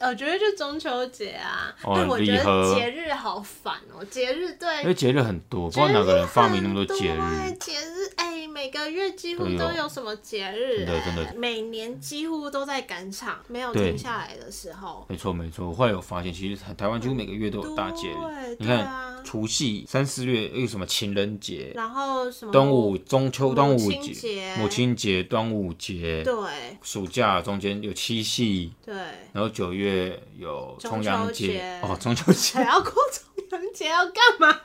[SPEAKER 1] 我觉得就中秋节啊，
[SPEAKER 2] 哦
[SPEAKER 1] 但我
[SPEAKER 2] 礼
[SPEAKER 1] 觉得
[SPEAKER 2] 盒
[SPEAKER 1] 节日好烦哦、节日 对
[SPEAKER 2] 因为节日很多，不知道哪个人发明那么多节
[SPEAKER 1] 很哎
[SPEAKER 2] 日。
[SPEAKER 1] 节日哎、每个月几乎
[SPEAKER 2] 都有
[SPEAKER 1] 都有什么节日、
[SPEAKER 2] 真的
[SPEAKER 1] 哎
[SPEAKER 2] 真的
[SPEAKER 1] 每年几乎都在赶场，没有
[SPEAKER 2] 对
[SPEAKER 1] 停下来的时候。
[SPEAKER 2] 没错没错，我后来有发现，其实台湾几乎每个月都有大节日
[SPEAKER 1] 对。
[SPEAKER 2] 你
[SPEAKER 1] 对
[SPEAKER 2] 看
[SPEAKER 1] 啊
[SPEAKER 2] 除夕、三四月又有什么情人节、
[SPEAKER 1] 然后什么
[SPEAKER 2] 端午、中秋、端午
[SPEAKER 1] 哦母亲
[SPEAKER 2] 节、
[SPEAKER 1] 节
[SPEAKER 2] 母亲节、端午节，
[SPEAKER 1] 对
[SPEAKER 2] 暑假中间有七夕，
[SPEAKER 1] 对，
[SPEAKER 2] 然后九月有重阳节， 哦，中
[SPEAKER 1] 中秋节
[SPEAKER 2] 秋节
[SPEAKER 1] 还要过重阳节要干嘛？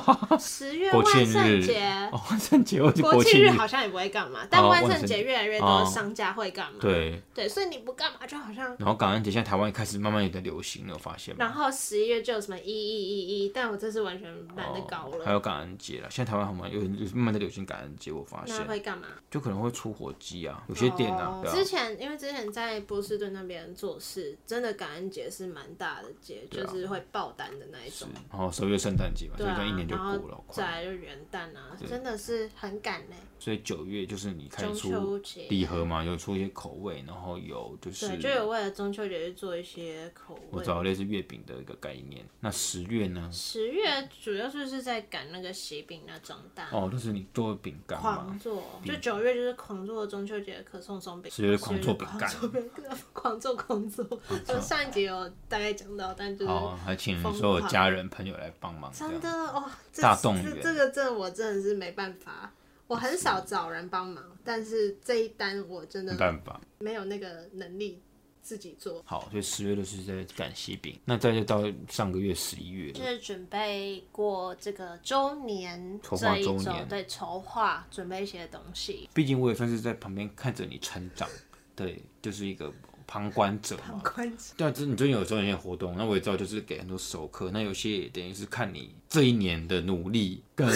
[SPEAKER 1] 十月
[SPEAKER 2] 国庆
[SPEAKER 1] 万圣
[SPEAKER 2] 日
[SPEAKER 1] 节，
[SPEAKER 2] 哦，万圣节或者
[SPEAKER 1] 国
[SPEAKER 2] 庆
[SPEAKER 1] 庆日好像也不会干嘛，但
[SPEAKER 2] 哦
[SPEAKER 1] 万
[SPEAKER 2] 万圣
[SPEAKER 1] 圣节
[SPEAKER 2] 节
[SPEAKER 1] 越来越
[SPEAKER 2] 哦
[SPEAKER 1] 多商家会干嘛？
[SPEAKER 2] 对，
[SPEAKER 1] 对，所以你不干嘛就好像，
[SPEAKER 2] 然后感恩节现在台湾也开始慢慢有点流行了，有发现
[SPEAKER 1] 然
[SPEAKER 2] 吗？
[SPEAKER 1] 后十一月就有什么一一一一，但我这次完全懒得搞
[SPEAKER 2] 哦还
[SPEAKER 1] 了。
[SPEAKER 2] 有感恩节了，现在台湾好像有有慢慢的流行感恩节，我发
[SPEAKER 1] 那
[SPEAKER 2] 现
[SPEAKER 1] 会干嘛？
[SPEAKER 2] 就可能会出火鸡啊，有些店啊
[SPEAKER 1] 哦，
[SPEAKER 2] 对啊
[SPEAKER 1] 之前因为之前在波士顿那边做事，真的感恩节是蛮大的节，
[SPEAKER 2] 对啊
[SPEAKER 1] 就是会爆单的那一种。
[SPEAKER 2] 然哦后十二月圣诞节嘛，所以
[SPEAKER 1] 对啊
[SPEAKER 2] 这样一年，就
[SPEAKER 1] 然
[SPEAKER 2] 过
[SPEAKER 1] 后
[SPEAKER 2] 了，
[SPEAKER 1] 再
[SPEAKER 2] 快。
[SPEAKER 1] 来就元旦啊，真的是很赶嘞。
[SPEAKER 2] 所以九月就是你开始
[SPEAKER 1] 中
[SPEAKER 2] 出
[SPEAKER 1] 秋节
[SPEAKER 2] 礼盒嘛，有出一些口味，然后有就是
[SPEAKER 1] 对，就有为了中秋节去做一些口
[SPEAKER 2] 我
[SPEAKER 1] 味。
[SPEAKER 2] 找类似月饼的一个概念。那十月呢？
[SPEAKER 1] 十月主要就是在赶那个喜饼那种大
[SPEAKER 2] 哦，就是你做饼干
[SPEAKER 1] 狂
[SPEAKER 2] 嘛，
[SPEAKER 1] 做，就九月就是狂做中秋节的可颂松饼，
[SPEAKER 2] 十月狂做饼干
[SPEAKER 1] 十月狂做狂做狂做。就上一集有大概讲到，但就是
[SPEAKER 2] 好，还请所有家人朋友来帮忙，
[SPEAKER 1] 真
[SPEAKER 2] 哦这
[SPEAKER 1] 的
[SPEAKER 2] 样
[SPEAKER 1] 哦，这
[SPEAKER 2] 大动
[SPEAKER 1] 这
[SPEAKER 2] 员
[SPEAKER 1] 这个这我真的是没办法，我很少找人帮忙，但是这一单我真
[SPEAKER 2] 没
[SPEAKER 1] 的
[SPEAKER 2] 办法。
[SPEAKER 1] 没有那个能力自己做，
[SPEAKER 2] 好，所以十月就是在赶喜饼，那再就到上个月十一月
[SPEAKER 1] 就
[SPEAKER 2] 了，
[SPEAKER 1] 是准备过这个周年
[SPEAKER 2] 筹划
[SPEAKER 1] 这一
[SPEAKER 2] 周
[SPEAKER 1] 周
[SPEAKER 2] 年，
[SPEAKER 1] 对，筹划准备一些东西，
[SPEAKER 2] 毕竟我也算是在旁边看着你成长，对，就是一个旁观者嘛。
[SPEAKER 1] 关
[SPEAKER 2] 对啊，真你真有时候有些活动，那我也知道，就是给很多熟客，那有些也等于是看你这一年的努力 跟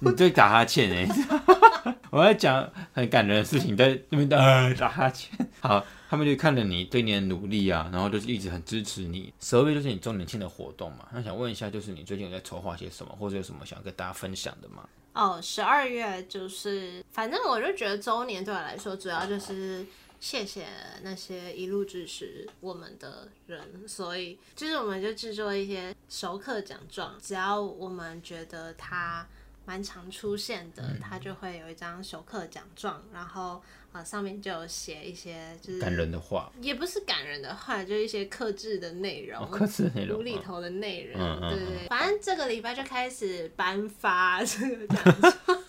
[SPEAKER 2] 你在打哈欠哎、 我在讲很感人的事情，在那边打、呃、打哈欠。好，他们就看了你这一年的努力啊，然后就是一直很支持你。十二月就是你周年庆的活动嘛，那想问一下，就是你最近有在筹划些什么，或者有什么想跟大家分享的吗？
[SPEAKER 1] 哦，十二月就是，反正我就觉得周年对我来说，主要就是谢谢那些一路支持我们的人，所以就是我们就制作一些熟客奖状，只要我们觉得他蛮常出现的，
[SPEAKER 2] 嗯
[SPEAKER 1] 他就会有一张熟客奖状，然后呃上面就有写一些就是
[SPEAKER 2] 感人的话，
[SPEAKER 1] 也不是感人的话，就一些克制的内容，
[SPEAKER 2] 哦，各自内容
[SPEAKER 1] 无厘
[SPEAKER 2] 啊
[SPEAKER 1] 头的内容，
[SPEAKER 2] 嗯嗯
[SPEAKER 1] 对对对，反正这个礼拜就开始颁发这个奖状，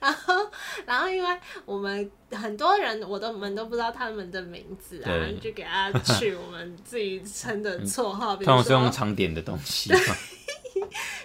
[SPEAKER 1] 然后然后因为我们很多人我都我们都不知道他们的名字啊
[SPEAKER 2] 对，嗯
[SPEAKER 1] 就给他取我们自己称的绰号，比
[SPEAKER 2] 通
[SPEAKER 1] 如
[SPEAKER 2] 常是用
[SPEAKER 1] 说
[SPEAKER 2] 常点的东西嘛，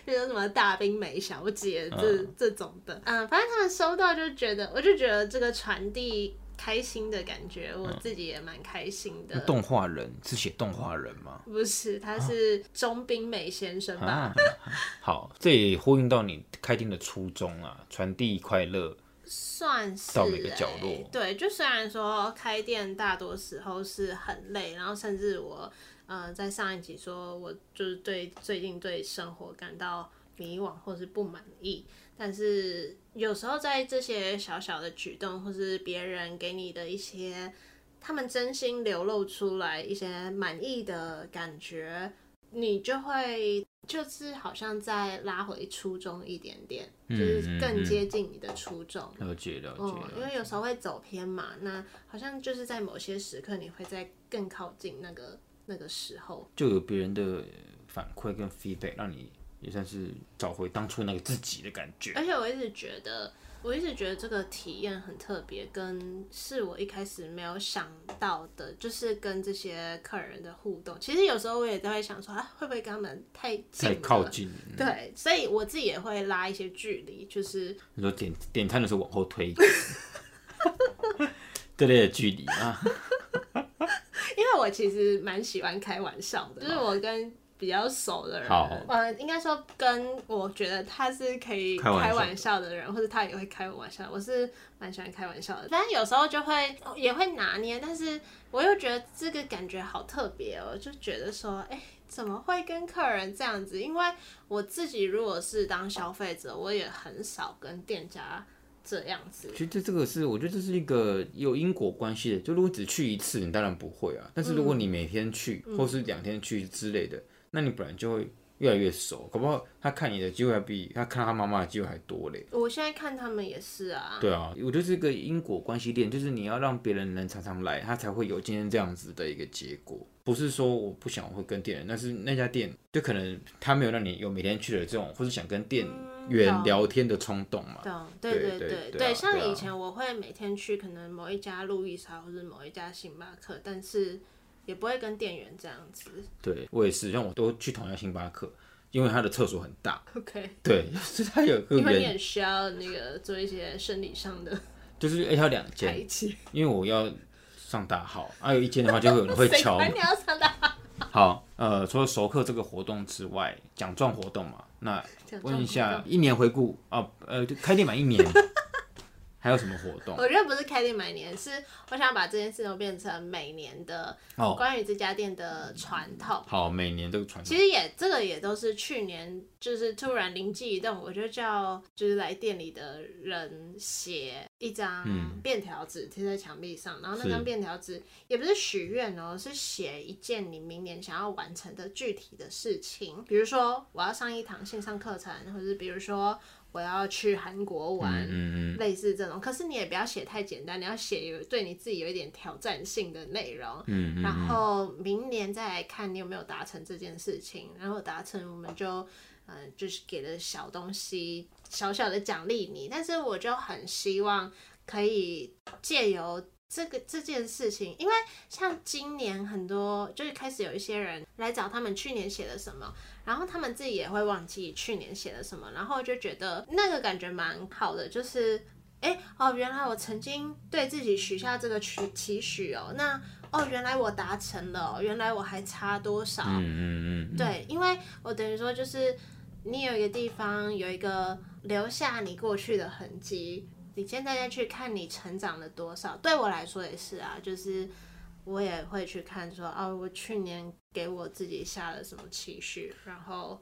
[SPEAKER 1] 比如说什么大兵美小姐
[SPEAKER 2] 嗯
[SPEAKER 1] 这、这种的，嗯，反正他们收到就觉得，我就觉得这个传递开心的感觉，我
[SPEAKER 2] 嗯
[SPEAKER 1] 自己也蛮开心的。
[SPEAKER 2] 动画人是写动画人吗？
[SPEAKER 1] 不是，他是中兵美先生吧？
[SPEAKER 2] 啊， 好，这也呼应到你开店的初衷啊，传递快乐。
[SPEAKER 1] 算是、欸、
[SPEAKER 2] 到每个角落
[SPEAKER 1] 对，就虽然说开店大多时候是很累，然后甚至我呃在上一集说我就是对最近对生活感到迷惘或是不满意，但是有时候在这些小小的举动或是别人给你的一些他们真心流露出来一些满意的感觉，你就会就是好像再拉回初衷一点点，就
[SPEAKER 2] 嗯
[SPEAKER 1] 是
[SPEAKER 2] 嗯
[SPEAKER 1] 更
[SPEAKER 2] 嗯
[SPEAKER 1] 接近你的初衷。
[SPEAKER 2] 了解了解
[SPEAKER 1] 哦，因
[SPEAKER 2] 了
[SPEAKER 1] 为
[SPEAKER 2] 解，
[SPEAKER 1] 有时候会走偏嘛，那好像就是在某些时刻，你会在更靠近那个那个时候。
[SPEAKER 2] 就有别人的反馈跟 feedback，让你也算是找回当初那个自己的感觉。
[SPEAKER 1] 而且我一直觉得，我一直觉得这个体验很特别，跟是我一开始没有想到的，就是跟这些客人的互动。其实有时候我也都会想说，啊，会不会跟他们太近
[SPEAKER 2] 太
[SPEAKER 1] 了？
[SPEAKER 2] 靠近，
[SPEAKER 1] 对，所以我自己也会拉一些距离，就是
[SPEAKER 2] 你说点点餐的时候往后推一点， 这类的距离啊，
[SPEAKER 1] 因为我其实蛮喜欢开玩笑的，就是我跟比较熟的人
[SPEAKER 2] 好，
[SPEAKER 1] 呃，应该说跟我觉得他是可以
[SPEAKER 2] 开玩笑
[SPEAKER 1] 开玩笑的人，或者他也会开我玩笑，我是蛮喜欢开玩笑的。但是有时候就会哦也会拿捏，但是我又觉得这个感觉好特别哦，就觉得说，哎、怎么会跟客人这样子？因为我自己如果是当消费者，我也很少跟店家这样子
[SPEAKER 2] 其。实这这个是，我觉得这是一个有因果关系的。就如果只去一次，你当然不会啊。但是如果你每天去，或是两天去之类的，那你本来就会越来越熟，搞不好他看你的机会还比他看他妈妈的机会还多嘞。
[SPEAKER 1] 我现在看他们也是啊，
[SPEAKER 2] 对啊，我觉得是一个因果关系链，就是你要让别人能常常来，他才会有今天这样子的一个结果。不是说我不想会跟店人，但是那家店就可能他没有让你有每天去的这种，或是想跟店员
[SPEAKER 1] 懂
[SPEAKER 2] 聊天的冲动嘛。
[SPEAKER 1] 懂，
[SPEAKER 2] 对
[SPEAKER 1] 对
[SPEAKER 2] 对
[SPEAKER 1] 对
[SPEAKER 2] 对啊
[SPEAKER 1] 像
[SPEAKER 2] 对啊
[SPEAKER 1] 以前我会每天去可能某一家路易莎或者某一家星巴克，但是也不会跟店员这样 子。
[SPEAKER 2] 对我也是，像我都去同样星巴克，因为它的厕所很大。
[SPEAKER 1] OK，
[SPEAKER 2] 对，就是它有个
[SPEAKER 1] 因为你
[SPEAKER 2] 人，
[SPEAKER 1] 也需要那个做一些生理上的
[SPEAKER 2] 就是哎它有两
[SPEAKER 1] 排
[SPEAKER 2] 间，
[SPEAKER 1] 解。
[SPEAKER 2] 因为我要上大号，还、有一间的话就会有人会
[SPEAKER 1] 谁
[SPEAKER 2] 敲
[SPEAKER 1] 管
[SPEAKER 2] 门
[SPEAKER 1] 你。要上大
[SPEAKER 2] 好，呃，除了熟客这个活动之外，奖状活动嘛，那
[SPEAKER 1] 奖状
[SPEAKER 2] 问一
[SPEAKER 1] 活
[SPEAKER 2] 下
[SPEAKER 1] 动
[SPEAKER 2] 一年回顾啊，呃，就开店满一年， 还有什么活动？
[SPEAKER 1] 我觉得不是开店买年，是我想把这件事情变成每年的
[SPEAKER 2] 哦
[SPEAKER 1] 关于这家店的传统。
[SPEAKER 2] 好，每年这个传统
[SPEAKER 1] 其实也这个也都是去年，就是突然灵机一动，我就叫就是来店里的人写一张
[SPEAKER 2] 嗯
[SPEAKER 1] 便条纸贴在墙壁上，然后那
[SPEAKER 2] 是
[SPEAKER 1] 张便条纸也不是许愿哦，是写一件你明年想要完成的具体的事情，比如说我要上一堂线上课程，或者比如说我要去韩国玩。
[SPEAKER 2] 嗯嗯嗯，
[SPEAKER 1] 类似这种，可是你也不要写太简单，你要写有对你自己有一点挑战性的内容。
[SPEAKER 2] 嗯嗯
[SPEAKER 1] 然后明年再来看你有没有达成这件事情，然后达成我们就，呃，就是给了小东西，小小的奖励你。但是我就很希望可以借由这个这件事情，因为像今年很多就是开始有一些人来找他们去年写的什么，然后他们自己也会忘记去年写的什么，然后就觉得那个感觉蛮好的，就是。哎、哦，原来我曾经对自己许下这个期期许哦，那哦，原来我达成了、哦，原来我还差多少？
[SPEAKER 2] 嗯嗯嗯，
[SPEAKER 1] 对，因为我等于说就是你有一个地方有一个留下你过去的痕迹，你现在再去看你成长了多少，对我来说也是啊，就是我也会去看说哦，我去年给我自己下了什么期许，然后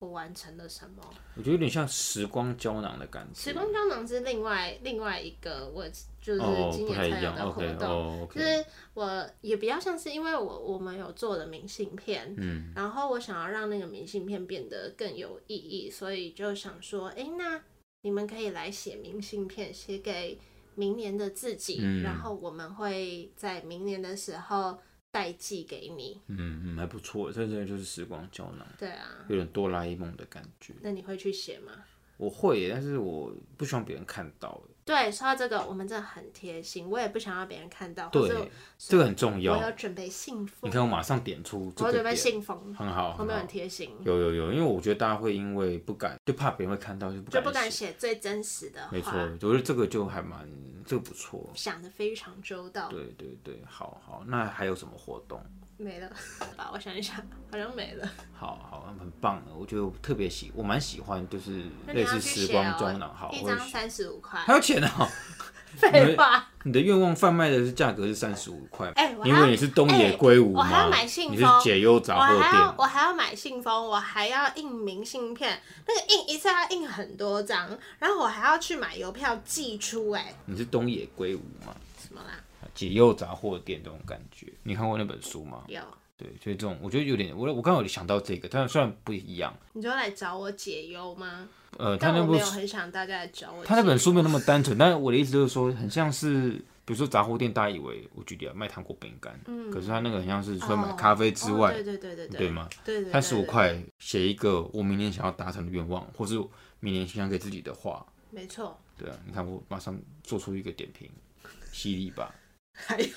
[SPEAKER 1] 我完成了什么。
[SPEAKER 2] 我觉得有点像时光胶囊的感觉，
[SPEAKER 1] 时光胶囊是另外另外一个我就是
[SPEAKER 2] 哦，
[SPEAKER 1] 今
[SPEAKER 2] 不
[SPEAKER 1] 年
[SPEAKER 2] 太
[SPEAKER 1] 才
[SPEAKER 2] 一
[SPEAKER 1] 有
[SPEAKER 2] 样
[SPEAKER 1] 的活
[SPEAKER 2] ，OK
[SPEAKER 1] 动，
[SPEAKER 2] 哦
[SPEAKER 1] 就
[SPEAKER 2] ，OK，
[SPEAKER 1] 是我也比较像是因为我我们有做的明信片，
[SPEAKER 2] 嗯，
[SPEAKER 1] 然后我想要让那个明信片变得更有意义，所以就想说，诶，那你们可以来写明信片，写给明年的自己，
[SPEAKER 2] 嗯
[SPEAKER 1] 然后我们会在明年的时候代寄给你。
[SPEAKER 2] 嗯嗯，还不错，这这就是时光胶囊，
[SPEAKER 1] 对啊，
[SPEAKER 2] 有点哆啦 A 梦的感觉。
[SPEAKER 1] 那你会去写吗？哦
[SPEAKER 2] 我会耶，但是我不希望别人看到耶。
[SPEAKER 1] 对，说到这个，我们真的很贴心，我也不想让别人看到，或者
[SPEAKER 2] 对，这个很重
[SPEAKER 1] 我
[SPEAKER 2] 要。
[SPEAKER 1] 有准备信
[SPEAKER 2] 你
[SPEAKER 1] 封，
[SPEAKER 2] 看，我马上点出这
[SPEAKER 1] 我有
[SPEAKER 2] 个
[SPEAKER 1] 准备
[SPEAKER 2] 点，
[SPEAKER 1] 信封，
[SPEAKER 2] 很好，
[SPEAKER 1] 我
[SPEAKER 2] 很
[SPEAKER 1] 们很
[SPEAKER 2] 好。
[SPEAKER 1] 贴心，
[SPEAKER 2] 有有有，因为我觉得大家会因为不敢，就怕别人会看到，就不
[SPEAKER 1] 就不
[SPEAKER 2] 敢
[SPEAKER 1] 敢
[SPEAKER 2] 写。
[SPEAKER 1] 写最真实的
[SPEAKER 2] 没错，
[SPEAKER 1] 话，
[SPEAKER 2] 我觉得这个就还蛮，这个不错。
[SPEAKER 1] 想的非常周到，
[SPEAKER 2] 对对对，好好，那还有什么活动？
[SPEAKER 1] 没了 吧？我想一想，好像没了。
[SPEAKER 2] 好好，很棒的，我觉得我特别喜，我蛮喜欢，就是
[SPEAKER 1] 那你
[SPEAKER 2] 类
[SPEAKER 1] 要
[SPEAKER 2] 似
[SPEAKER 1] 去
[SPEAKER 2] 时
[SPEAKER 1] 写
[SPEAKER 2] 光
[SPEAKER 1] 哦
[SPEAKER 2] 胶囊，好，
[SPEAKER 1] 一
[SPEAKER 2] 我
[SPEAKER 1] 张
[SPEAKER 2] 会写
[SPEAKER 1] 三十五块，
[SPEAKER 2] 还有钱哦、
[SPEAKER 1] 废话，
[SPEAKER 2] 你的愿望贩卖的是价格是三十五块，
[SPEAKER 1] 哎我还
[SPEAKER 2] 因
[SPEAKER 1] 要
[SPEAKER 2] 为你是东野圭吾
[SPEAKER 1] 哎我还
[SPEAKER 2] 吗？
[SPEAKER 1] 要买信
[SPEAKER 2] 你是
[SPEAKER 1] 封
[SPEAKER 2] 解忧
[SPEAKER 1] 我
[SPEAKER 2] 杂货
[SPEAKER 1] 还要
[SPEAKER 2] 店，
[SPEAKER 1] 我还要买信封，我还要印明信片，那个印一次要印很多张，然后我还要去买邮票寄出、哎，
[SPEAKER 2] 你是东野圭吾吗？
[SPEAKER 1] 什么啦？
[SPEAKER 2] 解忧杂货店这种感觉，你看过那本书吗？
[SPEAKER 1] 有，
[SPEAKER 2] 对，所以这种我觉得有点，我我刚好有想到这个，但虽然不一样，
[SPEAKER 1] 你就来找我解忧吗？
[SPEAKER 2] 呃，他
[SPEAKER 1] 但
[SPEAKER 2] 那
[SPEAKER 1] 我
[SPEAKER 2] 部
[SPEAKER 1] 没有很想大家来找我解忧。
[SPEAKER 2] 他那本书没有那么单纯，但是我的意思就是说，很像是，比如说杂货店，大家以为我举例啊，卖糖果饼干，可是他那个很像是除了买
[SPEAKER 1] 哦
[SPEAKER 2] 咖啡之
[SPEAKER 1] 嗯哦
[SPEAKER 2] 外，
[SPEAKER 1] 对对对对对，
[SPEAKER 2] 对吗？
[SPEAKER 1] 对对对，
[SPEAKER 2] 三十五
[SPEAKER 1] 对，
[SPEAKER 2] 块写一个我明年想要达成的愿望，或是明年想给自己的话，
[SPEAKER 1] 没错。
[SPEAKER 2] 对啊，你看我马上做出一个点评，犀利吧？
[SPEAKER 1] 还有，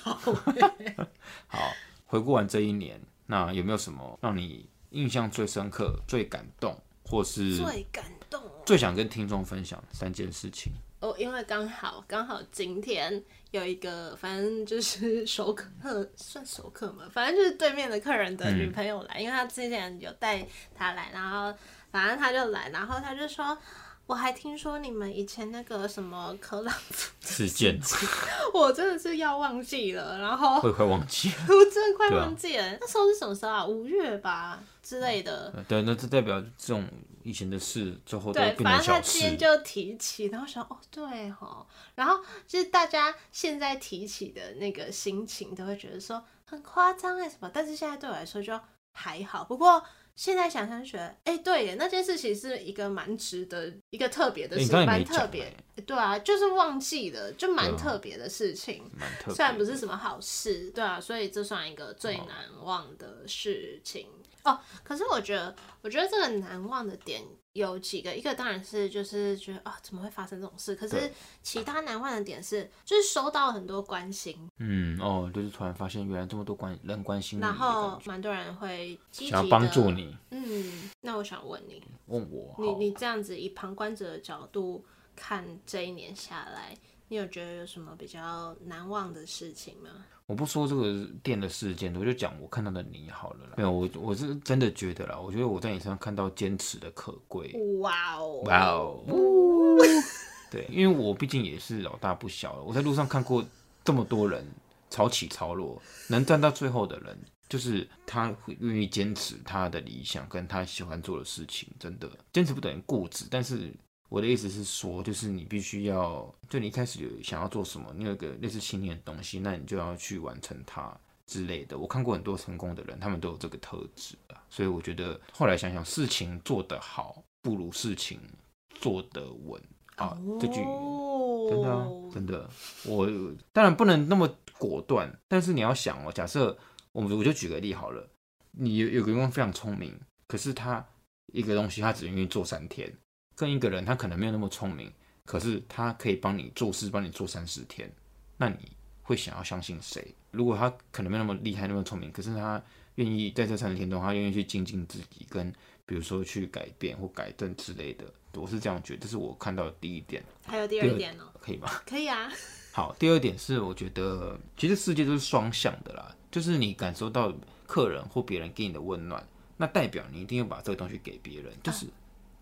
[SPEAKER 2] 好，回顾完这一年，那有没有什么让你印象最深刻、最感动，或是
[SPEAKER 1] 最感动哦
[SPEAKER 2] 最想跟听众分享三件事情？
[SPEAKER 1] 哦，因为刚好刚好今天有一个，反正就是熟客，呃算熟客嘛，反正就是对面的客人的
[SPEAKER 2] 嗯
[SPEAKER 1] 女朋友来，因为他之前有带他来，然后反正他就来，然后他就说。我还听说你们以前那个什么可朗普，
[SPEAKER 2] 事件
[SPEAKER 1] 我真的是要忘记了，然后
[SPEAKER 2] 会快忘记。
[SPEAKER 1] 我真的快
[SPEAKER 2] 对啊
[SPEAKER 1] 忘记了，那时候是什么时候啊？五月吧之类的，
[SPEAKER 2] 呃对，那这代表这种以前的事，最后都
[SPEAKER 1] 对，
[SPEAKER 2] 变
[SPEAKER 1] 反
[SPEAKER 2] 成
[SPEAKER 1] 正
[SPEAKER 2] 小
[SPEAKER 1] 他之前
[SPEAKER 2] 事。
[SPEAKER 1] 就提起，然后想哦，对哈，然后就是大家现在提起的那个心情，都会觉得说很夸张哎什么，但是现在对我来说就还好。不过现在想想觉得，哎、对耶，那件事情是一个蛮值得、一个特别的
[SPEAKER 2] 哎你
[SPEAKER 1] 事，
[SPEAKER 2] 刚才也
[SPEAKER 1] 蛮、
[SPEAKER 2] 没
[SPEAKER 1] 特
[SPEAKER 2] 讲
[SPEAKER 1] 别
[SPEAKER 2] 哎。
[SPEAKER 1] 对啊，就是忘记了，就蛮
[SPEAKER 2] 对啊
[SPEAKER 1] 特别的事情。
[SPEAKER 2] 蛮特别的，
[SPEAKER 1] 虽然不是什么好事，对啊，所以这算一个
[SPEAKER 2] 哦
[SPEAKER 1] 最难忘的事情哦。可是我觉得，我觉得这个难忘的点有几个，一个当然是就是觉得啊、怎么会发生这种事？可是
[SPEAKER 2] 对
[SPEAKER 1] 其他难忘的点是，就是收到很多关心，
[SPEAKER 2] 嗯哦，就是突然发现原来这么多关人关心你的
[SPEAKER 1] 然
[SPEAKER 2] 嗯感觉，
[SPEAKER 1] 后蛮多人会积极
[SPEAKER 2] 想
[SPEAKER 1] 的
[SPEAKER 2] 要帮助。你，
[SPEAKER 1] 嗯，那我想问你，
[SPEAKER 2] 问我
[SPEAKER 1] 你
[SPEAKER 2] 好
[SPEAKER 1] 你这样子以旁观者的角度看这一年下来，你有觉得有什么比较难忘的事情吗？
[SPEAKER 2] 我不说这个店的事件，我就讲我看到的你好了啦。没有，我我是真的觉得啦，我觉得我在你身上看到坚持的可贵。
[SPEAKER 1] 哇哦，
[SPEAKER 2] 哇哦！ 对，因为我毕竟也是老大不小了，我在路上看过这么多人潮起潮落，能站到最后的人，就是他会愿意坚持他的理想跟他喜欢做的事情。真的，坚持不等于固执，但是。我的意思是说，就是你必须要，就你一开始有想要做什么，你有一个类似信念的东西，那你就要去完成它之类的。我看过很多成功的人，他们都有这个特质啊，所以我觉得后来想想，事情做得好不如事情做得稳啊。这句真的啊、
[SPEAKER 1] 哦
[SPEAKER 2] 真的，我当然不能那么果断，但是你要想哦，假设我们我就举个例好了，你有有个员工非常聪明，可是他一个东西他只愿意做三天，跟一个人他可能没有那么聪明，可是他可以帮你做事，帮你做三十天，那你会想要相信谁？如果他可能没有那么厉害，那么聪明，可是他愿意在这三十天中，他愿意去精进自己，跟比如说去改变或改正之类的，我是这样觉得，这是我看到的第一点，
[SPEAKER 1] 还有第
[SPEAKER 2] 第
[SPEAKER 1] 二
[SPEAKER 2] 二
[SPEAKER 1] 点哦、
[SPEAKER 2] 可以吗？
[SPEAKER 1] 可以啊，
[SPEAKER 2] 好，第二点是我觉得其实世界都是双向的啦，就是你感受到客人或别人给你的温暖，那代表你一定要把这个东西给别人，就是、
[SPEAKER 1] 嗯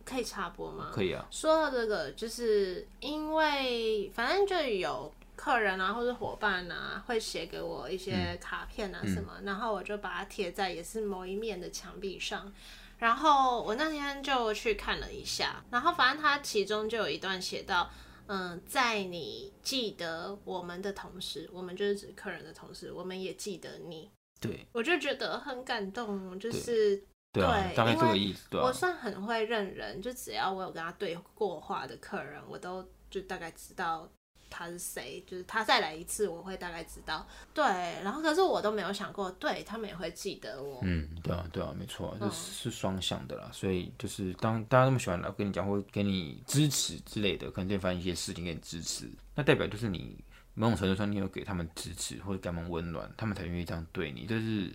[SPEAKER 1] 可以插播吗？
[SPEAKER 2] 可以啊，
[SPEAKER 1] 说到这个，就是因为反正就有客人啊，或者伙伴啊，会写给我一些卡片啊什么，然后我就把它贴在也是某一面的墙壁上。然后我那天就去看了一下，然后反正它其中就有一段写到，嗯，在你记得我们的同时，我们就是指客人的同时，我们也记得你。
[SPEAKER 2] 对
[SPEAKER 1] 我就觉得很感动，就
[SPEAKER 2] 对
[SPEAKER 1] 是
[SPEAKER 2] 对啊，
[SPEAKER 1] 对
[SPEAKER 2] 大概
[SPEAKER 1] 因
[SPEAKER 2] 这个
[SPEAKER 1] 为
[SPEAKER 2] 意思对
[SPEAKER 1] 我
[SPEAKER 2] 啊，
[SPEAKER 1] 算很会认人，就只要我有跟他对过话的客人，我都就大概知道他是谁，就是他再来一次，我会大概知道。对，然后可是我都没有想过，对他们也会记得我。
[SPEAKER 2] 嗯，对啊，对啊，没错啊，就是是双向的啦。所以就是当大家那么喜欢来跟你讲，或给你支持之类的，可能就会发生一些事情给你支持，那代表就是你某种程度上你有给他们支持或者给他们温暖，他们才愿意这样对你，这是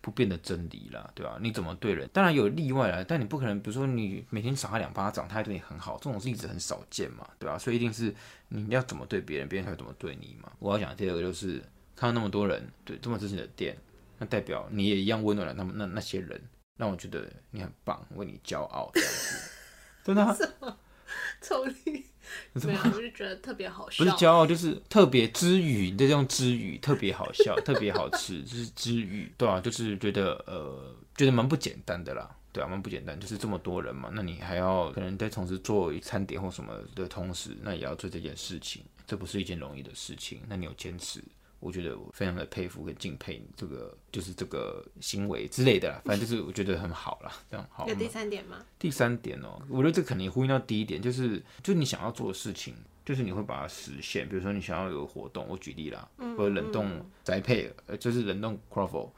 [SPEAKER 2] 不变的真理啦，对吧、啊你怎么对人，当然有例外啦，但你不可能，比如说你每天赏他两巴掌，他还对你很好，这种事一直很少见嘛，对吧、啊所以一定是你要怎么对别人，别人才会怎么对你嘛。我要讲的第二个就是看到那么多人对这么支持你的店，那代表你也一样温暖了他们那那些人，让我觉得你很棒，为你骄傲这样子。 真的啊、
[SPEAKER 1] 臭 力没有，我就觉得特别好笑
[SPEAKER 2] 不是。骄傲，就是特别之语，你这种之语特别好笑， 特别好吃，就是之语，对啊，就是觉得呃，觉得蛮不简单的啦。对啊，蛮不简单，就是这么多人嘛，那你还要可能在同时做餐点或什么的同时，那也要做这件事情，这不是一件容易的事情。那你有坚持，我觉得我非常的佩服跟敬佩你这个，就是这个行为之类的啦，反正就是我觉得很好啦，这样好吗。
[SPEAKER 1] 有第三点吗？
[SPEAKER 2] 第三点哦，我觉得这可能也呼应到第一点，就是就你想要做的事情，就是你会把它实现。比如说你想要有活动，我举例啦，或者冷冻宅配，呃，就是冷冻 croffle，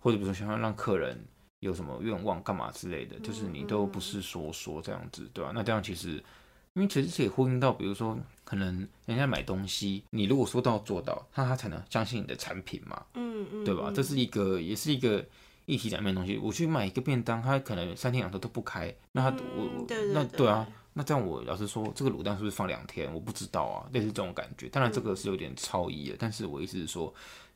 [SPEAKER 2] 或者比如说想要让客人有什么愿望干嘛之类的，就是你都不是说说这样子，对吧、那这样其实，因为其实这也呼应到，比如说可能人家买东西，你如果说到做到，那他才能相信你的产品嘛，
[SPEAKER 1] 嗯嗯，
[SPEAKER 2] 对吧？这是一个，也是一个一体两面的东西。我去买一个便当，它可能三天两头都不开，那它、我
[SPEAKER 1] 嗯对对
[SPEAKER 2] 那
[SPEAKER 1] 对
[SPEAKER 2] 对啊，那这样我老实说，这个卤蛋是不是放两天？我不知道啊，类似这种感觉。当然
[SPEAKER 1] 嗯
[SPEAKER 2] 这个是有点超意的，但是我意思是说，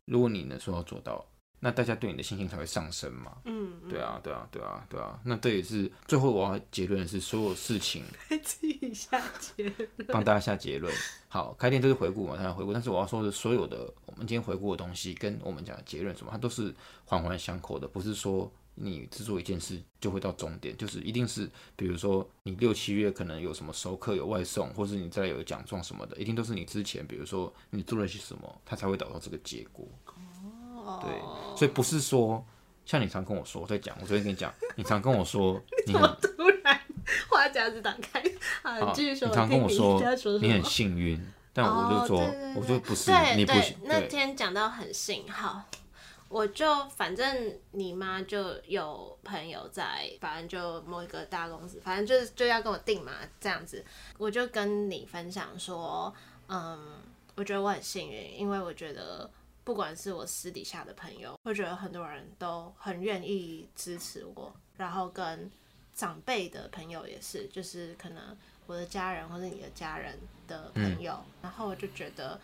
[SPEAKER 2] 如果你能说到做到，那大家对你的信心才会上升嘛。
[SPEAKER 1] 嗯，嗯
[SPEAKER 2] 对，啊，对啊，对啊，对啊。那这也是最后我要结论的是，所有事情
[SPEAKER 1] 自己下
[SPEAKER 2] 嗯
[SPEAKER 1] 结论。
[SPEAKER 2] 帮大家下结论。好，开店就是回顾嘛，当然回顾。但是我要说的，所有的我们今天回顾的东西，跟我们讲的结论什么，它都是环环相扣的，不是说你只做一件事就会到终点，就是一定是，比如说你六七月可能有什么熟客有外送，或是你再有奖状什么的，一定都是你之前，比如说你做了些什么，它才会导到这个结果。
[SPEAKER 1] 哦，
[SPEAKER 2] 对，所以不是说像你常跟我说，我在讲，我昨天跟你讲，你常跟我说你很
[SPEAKER 1] 突然话匣子打开，啊，
[SPEAKER 2] 啊
[SPEAKER 1] 你继续说，
[SPEAKER 2] 你
[SPEAKER 1] 我
[SPEAKER 2] 常跟
[SPEAKER 1] 听
[SPEAKER 2] 我
[SPEAKER 1] 你
[SPEAKER 2] 说
[SPEAKER 1] 在说什
[SPEAKER 2] 你很
[SPEAKER 1] 么。
[SPEAKER 2] 幸运，但我
[SPEAKER 1] 哦
[SPEAKER 2] 就说，
[SPEAKER 1] 对对对
[SPEAKER 2] 我就不是
[SPEAKER 1] 对
[SPEAKER 2] 你不
[SPEAKER 1] 对
[SPEAKER 2] 行，
[SPEAKER 1] 那
[SPEAKER 2] 对，
[SPEAKER 1] 天讲到很幸好，我就反正你妈就有朋友在，反正就某一个大公司，反正就是就要跟我订嘛，这样子，我就跟你分享说，嗯，我觉得我很幸运，因为我觉得。不管是我私底下的朋友，我觉得很多人都很愿意支持我，然后跟长辈的朋友也是，就是可能我的家人或者你的家人的朋友，
[SPEAKER 2] 嗯
[SPEAKER 1] 然后我就觉得，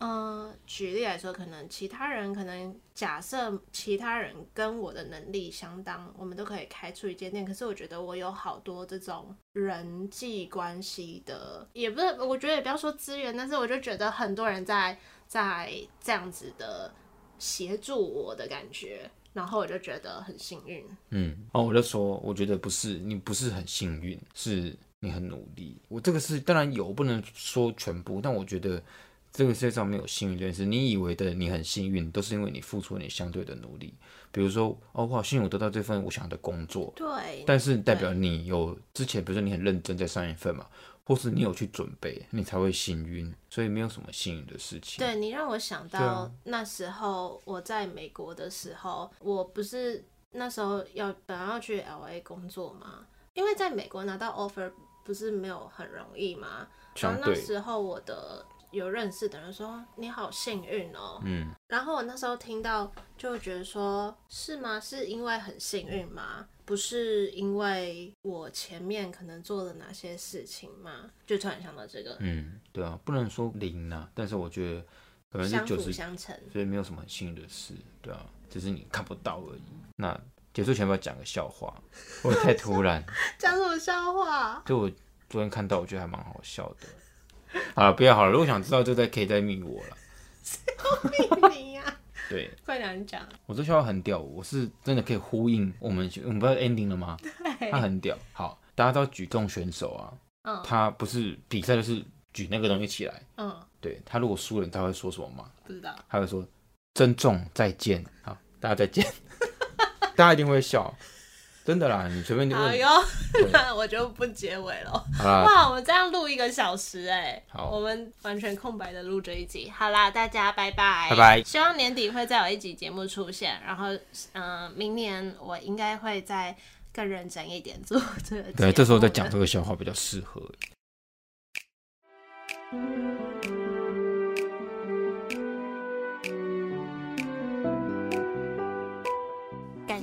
[SPEAKER 1] 嗯，举例来说，可能其他人可能假设其他人跟我的能力相当，我们都可以开出一间店。可是我觉得我有好多这种人际关系的，也不是，我觉得也不要说资源，但是我就觉得很多人在在这样子的协助我的感觉，然后我就觉得很幸运。
[SPEAKER 2] 嗯，哦，我就说，我觉得不是你不是很幸运，是你很努力。我这个是当然有，不能说全部，但我觉得这个世界上没有幸运这件事。你以为的你很幸运，都是因为你付出你相对的努力。比如说，哦，我好幸运，我得到这份我想要的工作，
[SPEAKER 1] 对，
[SPEAKER 2] 但是代表你有之前，比如说你很认真在上一份嘛，或是你有去准备，你才会幸运。所以没有什么幸运的事情。
[SPEAKER 1] 对你让我想
[SPEAKER 2] 对
[SPEAKER 1] 到
[SPEAKER 2] 啊
[SPEAKER 1] 那时候我在美国的时候，我不是那时候要本来要去 L A 工作嘛，因为在美国拿到 offer 不是没有很容易嘛。然
[SPEAKER 2] 相
[SPEAKER 1] 后那
[SPEAKER 2] 对，
[SPEAKER 1] 时候我的有认识的人说你好幸运哦，
[SPEAKER 2] 嗯。
[SPEAKER 1] 然后我那时候听到就会觉得说，是吗？是因为很幸运吗？不是因为我前面可能做了哪些事情吗？就突然想到这个，
[SPEAKER 2] 嗯，对啊，不能说零啊，但是我觉得百分之
[SPEAKER 1] 相
[SPEAKER 2] 九
[SPEAKER 1] 辅
[SPEAKER 2] 十，
[SPEAKER 1] 相 成。
[SPEAKER 2] 所以没有什么很幸运的事，对啊，只是你看不到而已。那结束前要不要讲个笑话？我太突然，
[SPEAKER 1] 讲什么笑话？
[SPEAKER 2] 就我昨天看到，我觉得还蛮好笑的。好了，不要好了，如果想知道就再可以再密我了。
[SPEAKER 1] 你呀、
[SPEAKER 2] 对
[SPEAKER 1] 快点讲。
[SPEAKER 2] 我这笑话很屌，我是真的可以呼应我们，我们不要 ending 了吗？他很屌。好，大家知道举重选手啊，
[SPEAKER 1] 嗯
[SPEAKER 2] 他不是比赛就是举那个东西起来，
[SPEAKER 1] 嗯，
[SPEAKER 2] 对他如果输了，他会说什么吗？
[SPEAKER 1] 不知道。
[SPEAKER 2] 他会 说：“珍重，再见。”好，大家再见。大家一定会笑，真的啦，你随便就
[SPEAKER 1] 好
[SPEAKER 2] 问。
[SPEAKER 1] 哟，那我就不结尾了。
[SPEAKER 2] 好啦，
[SPEAKER 1] 哇，我们这样录一个小时哎、
[SPEAKER 2] 好
[SPEAKER 1] 我们完全空白的录这一集。好啦，大家拜拜，
[SPEAKER 2] 拜拜
[SPEAKER 1] 希望年底会再有一集节目出现，然后嗯、呃明年我应该会再更认真一点做这个。
[SPEAKER 2] 对，这时候再讲。这个笑话比较适合。
[SPEAKER 4] 感